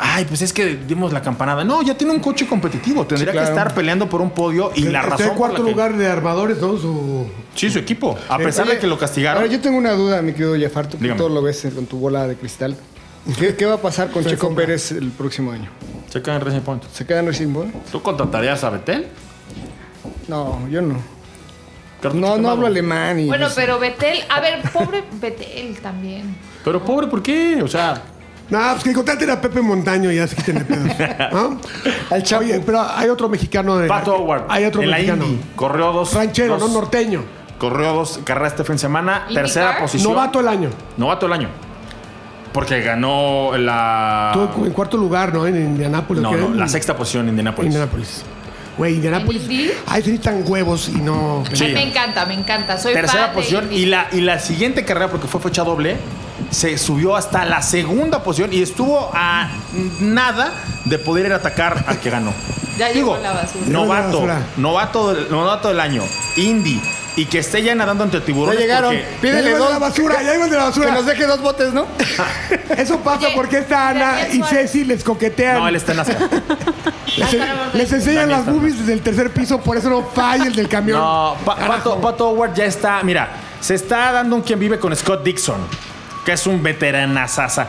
Ay, pues es que dimos la campanada. No, ya tiene un coche competitivo. Tendría
claro.
que estar peleando por un podio y la
Está
razón.
en
por la
cuarto
que-
lugar de armadores, ¿no? Su...
Sí, su equipo. A pesar
Oye,
de que lo castigaron.
Ahora, yo tengo una duda, mi querido Jafar, tú que
Dígame.
todo lo ves con tu bola de cristal. ¿Qué, qué va a pasar
<laughs>
con
Se
Checo
compra.
Pérez el próximo año?
Se quedan Racing Point.
¿Se queda en Racing Ball?
¿Tú contratarías a Betel?
No, yo no.
Cartucho
No, no
quemado.
hablo alemán y...
bueno,
no sé.
pero Betel, a ver, pobre Betel también.
Pero pobre, ¿por qué? O sea,
No, pues que contraten a Pepe Montaño y ya se quiten de pedos.
<laughs>
¿no?
Al Chapo.
Oye, pero hay otro mexicano de.
Pato Howard.
Hay otro
en la
mexicano.
Indy. Corrió dos.
Ranchero,
dos-
no norteño.
Corrió dos carreras este fin de semana.
IndyCar.
Tercera posición.
Novato el año.
Novato del año. Porque ganó la.
Estuvo en cuarto lugar, ¿no? En Indianápolis.
Ah. No,
que
no,
en-
la sexta posición en Indianapolis.
Indianápolis. Güey, Indianápolis.
¿En Indy?
Ahí se necesitan huevos y no.
Sí.
Ay, me encanta, me encanta. Soy
Tercera
fan
posición.
de
Y la, y la siguiente carrera, porque fue fecha doble, se subió hasta la segunda posición y estuvo a nada de poder ir a atacar al que ganó.
Ya llegó
Digo,
la basura.
novato,
Llegó la basura.
novato del, novato del año, indie, y que esté ya nadando entre tiburones.
Ya llegaron.
porque-
Pídele
ya iban de
dos.
la basura, ya iban de la
pues, Que
basura.
nos deje dos
<laughs>
botes, ¿no?
Eso pasa
Oye,
porque esta Ana
Daniel
y
Suárez.
Ceci les coquetean.
No, él está en Nazca.
les,
Ah, caramba,
les enseñan
Daniel
las
está-
boobies desde el tercer piso, por eso no falla el del camión.
No, Pa- Pato, Pato Howard ya está. Mira, se está dando un quien vive con Scott Dixon, que es un veteranazasa.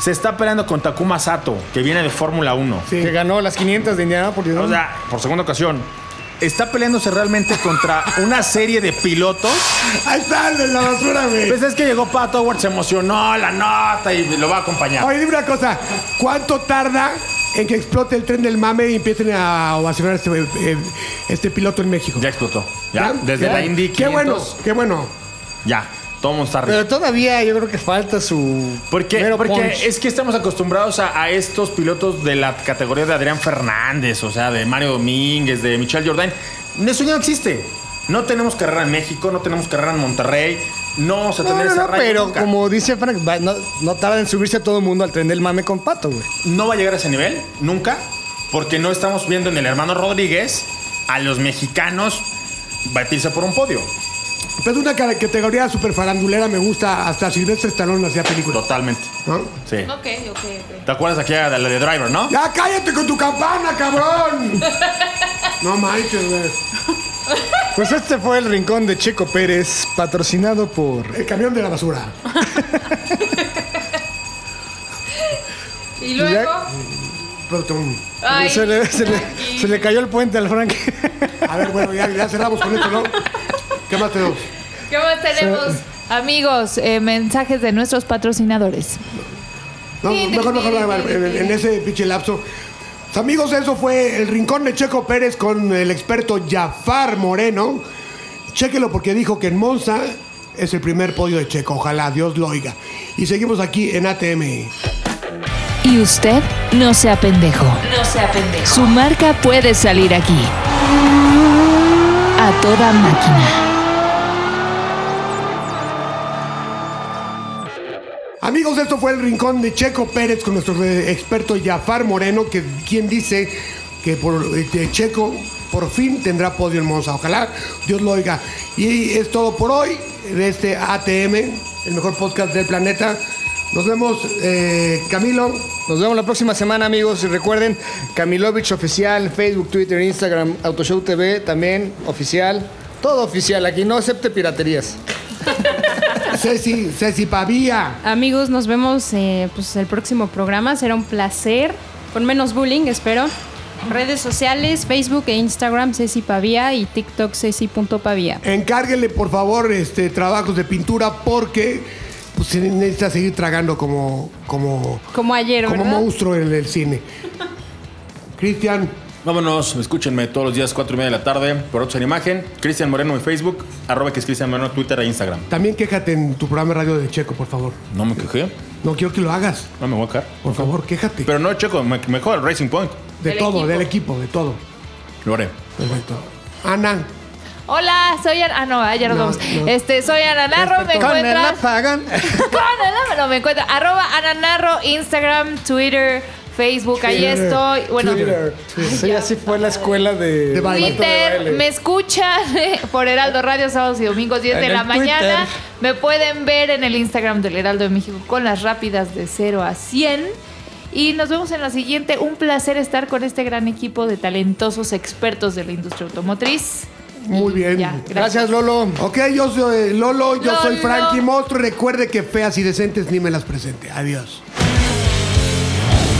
Se está peleando con Takuma Sato, que viene de Fórmula 1.
Sí.
Que ganó las 500 de Indianapolis, ¿no?
O sea, por segunda ocasión. Está peleándose realmente contra una serie de pilotos.
Ahí está el de la basura, güey.
Pues es que llegó Pato Howard, se emocionó la nota y lo va a acompañar.
Oye, dime una cosa. ¿Cuánto tarda en que explote el tren del mame y empiecen a ovacionar a este, eh, este piloto en México?
Ya explotó. Ya,
¿Ya?
desde
¿Ya?
la Indy 500.
Qué bueno, qué bueno.
Ya, todo el mundo está arriba.
pero todavía yo creo que falta su...
¿Por qué?
mero
Porque
punch.
es que estamos acostumbrados a, a estos pilotos de la categoría de Adrián Fernández, o sea, de Mario Domínguez, de Michel Jordan. Eso ya no existe. No tenemos carrera en México, no tenemos carrera en Monterrey, no vamos a
No,
tener
no,
esa
no,
raya
pero
nunca.
como dice Frank, va- no, no tarda en subirse todo el mundo al tren del mame con pato, güey.
No va a llegar a ese nivel, nunca, porque no estamos viendo en el hermano Rodríguez a los mexicanos batirse por un podio.
Pero es una cara- categoría super farandulera, me gusta. Hasta Silvestre Stallone hacía películas.
Totalmente.
¿no?
Sí.
Ok, ok, ok.
¿Te acuerdas aquí de la de Driver, no?
¡Ya cállate con tu campana, cabrón! no manches, güey.
Pues este fue el rincón de Checo Pérez, patrocinado por.
El camión de la basura.
Y luego.
Pero tú-
Ay,
se, le, se le-
Frankie.
se le cayó el puente al Frank. <laughs>
A ver, bueno, ya, ya cerramos con esto, ¿no? ¿Qué más tenemos?
¿Qué más tenemos? Amigos, eh, mensajes de nuestros patrocinadores.
No, mejor, mejor, mejor, en, en ese pinche lapso. Pues, Amigos, eso fue el rincón de Checo Pérez con el experto Jafar Moreno. Chéquelo porque dijo que en Monza es el primer podio de Checo. Ojalá Dios lo oiga. Y seguimos aquí en ATM.
Y usted no sea pendejo. No sea pendejo. Su marca puede salir aquí. A toda máquina.
Amigos, esto fue el rincón de Checo Pérez con nuestro eh, experto Jafar Moreno, que quien dice que por eh, que Checo por fin tendrá podio en Monza. Ojalá Dios lo oiga. Y es todo por hoy de este ATM, el mejor podcast del planeta. Nos vemos, eh, Camilo.
Nos vemos la próxima semana, amigos. Y recuerden, Camilovich oficial, Facebook, Twitter, Instagram, Autoshow TV también oficial. Todo oficial aquí, no acepte piraterías.
Ceci, Ceci Pavía.
Amigos, nos vemos eh, pues, el próximo programa. Será un placer. Con menos bullying, espero. Redes sociales, Facebook e Instagram, Ceci Pavía y TikTok, Ceci.pavía.
Encárguenle, por favor, este, trabajos de pintura porque pues, se necesita seguir tragando como, como,
Como ayer,
como
¿verdad?
monstruo en el cine. Cristian.
Vámonos, escúchenme todos los días, 4 y media de la tarde, por Ocho en Imagen. Cristian Moreno en Facebook, arroba que es Cristian Moreno, Twitter e Instagram.
También quéjate en tu programa de radio de Checo, por favor.
No me quejé,
No quiero que lo hagas.
no me voy a quejar.
Por favor, quéjate.
Pero no, Checo, me, mejor el Racing Point.
de
Del
todo,
equipo.
del equipo, de todo.
Lo haré.
Perfecto. Ana,
Hola, soy Ana. Ah, no, ah, ya nos
No,
vamos.
no.
Este, soy Ana Narro. Me
Con el
encuentras.
apagón.
Con el ama- no, me encuentro. Arroba Ana Narro, Instagram, Twitter, Facebook. Ahí
Twitter,
estoy. Bueno,
Twitter. Sí, así fue la escuela de,
De baile.
de
Twitter,
baile.
me escuchan <laughs> por Heraldo Radio sábados y domingos 10
En
de
el
la mañana.
Twitter.
Me pueden ver en el Instagram del Heraldo de México con las rápidas de 0 a 100. Y nos vemos en la siguiente. Un placer estar con este gran equipo de talentosos expertos de la industria automotriz.
muy bien.
Ya,
Gracias, Lolo.
<laughs> Ok, yo soy Lolo, yo soy
Lolo.
Frankie Monstruo. Recuerde que feas y decentes ni me las presente. Adiós.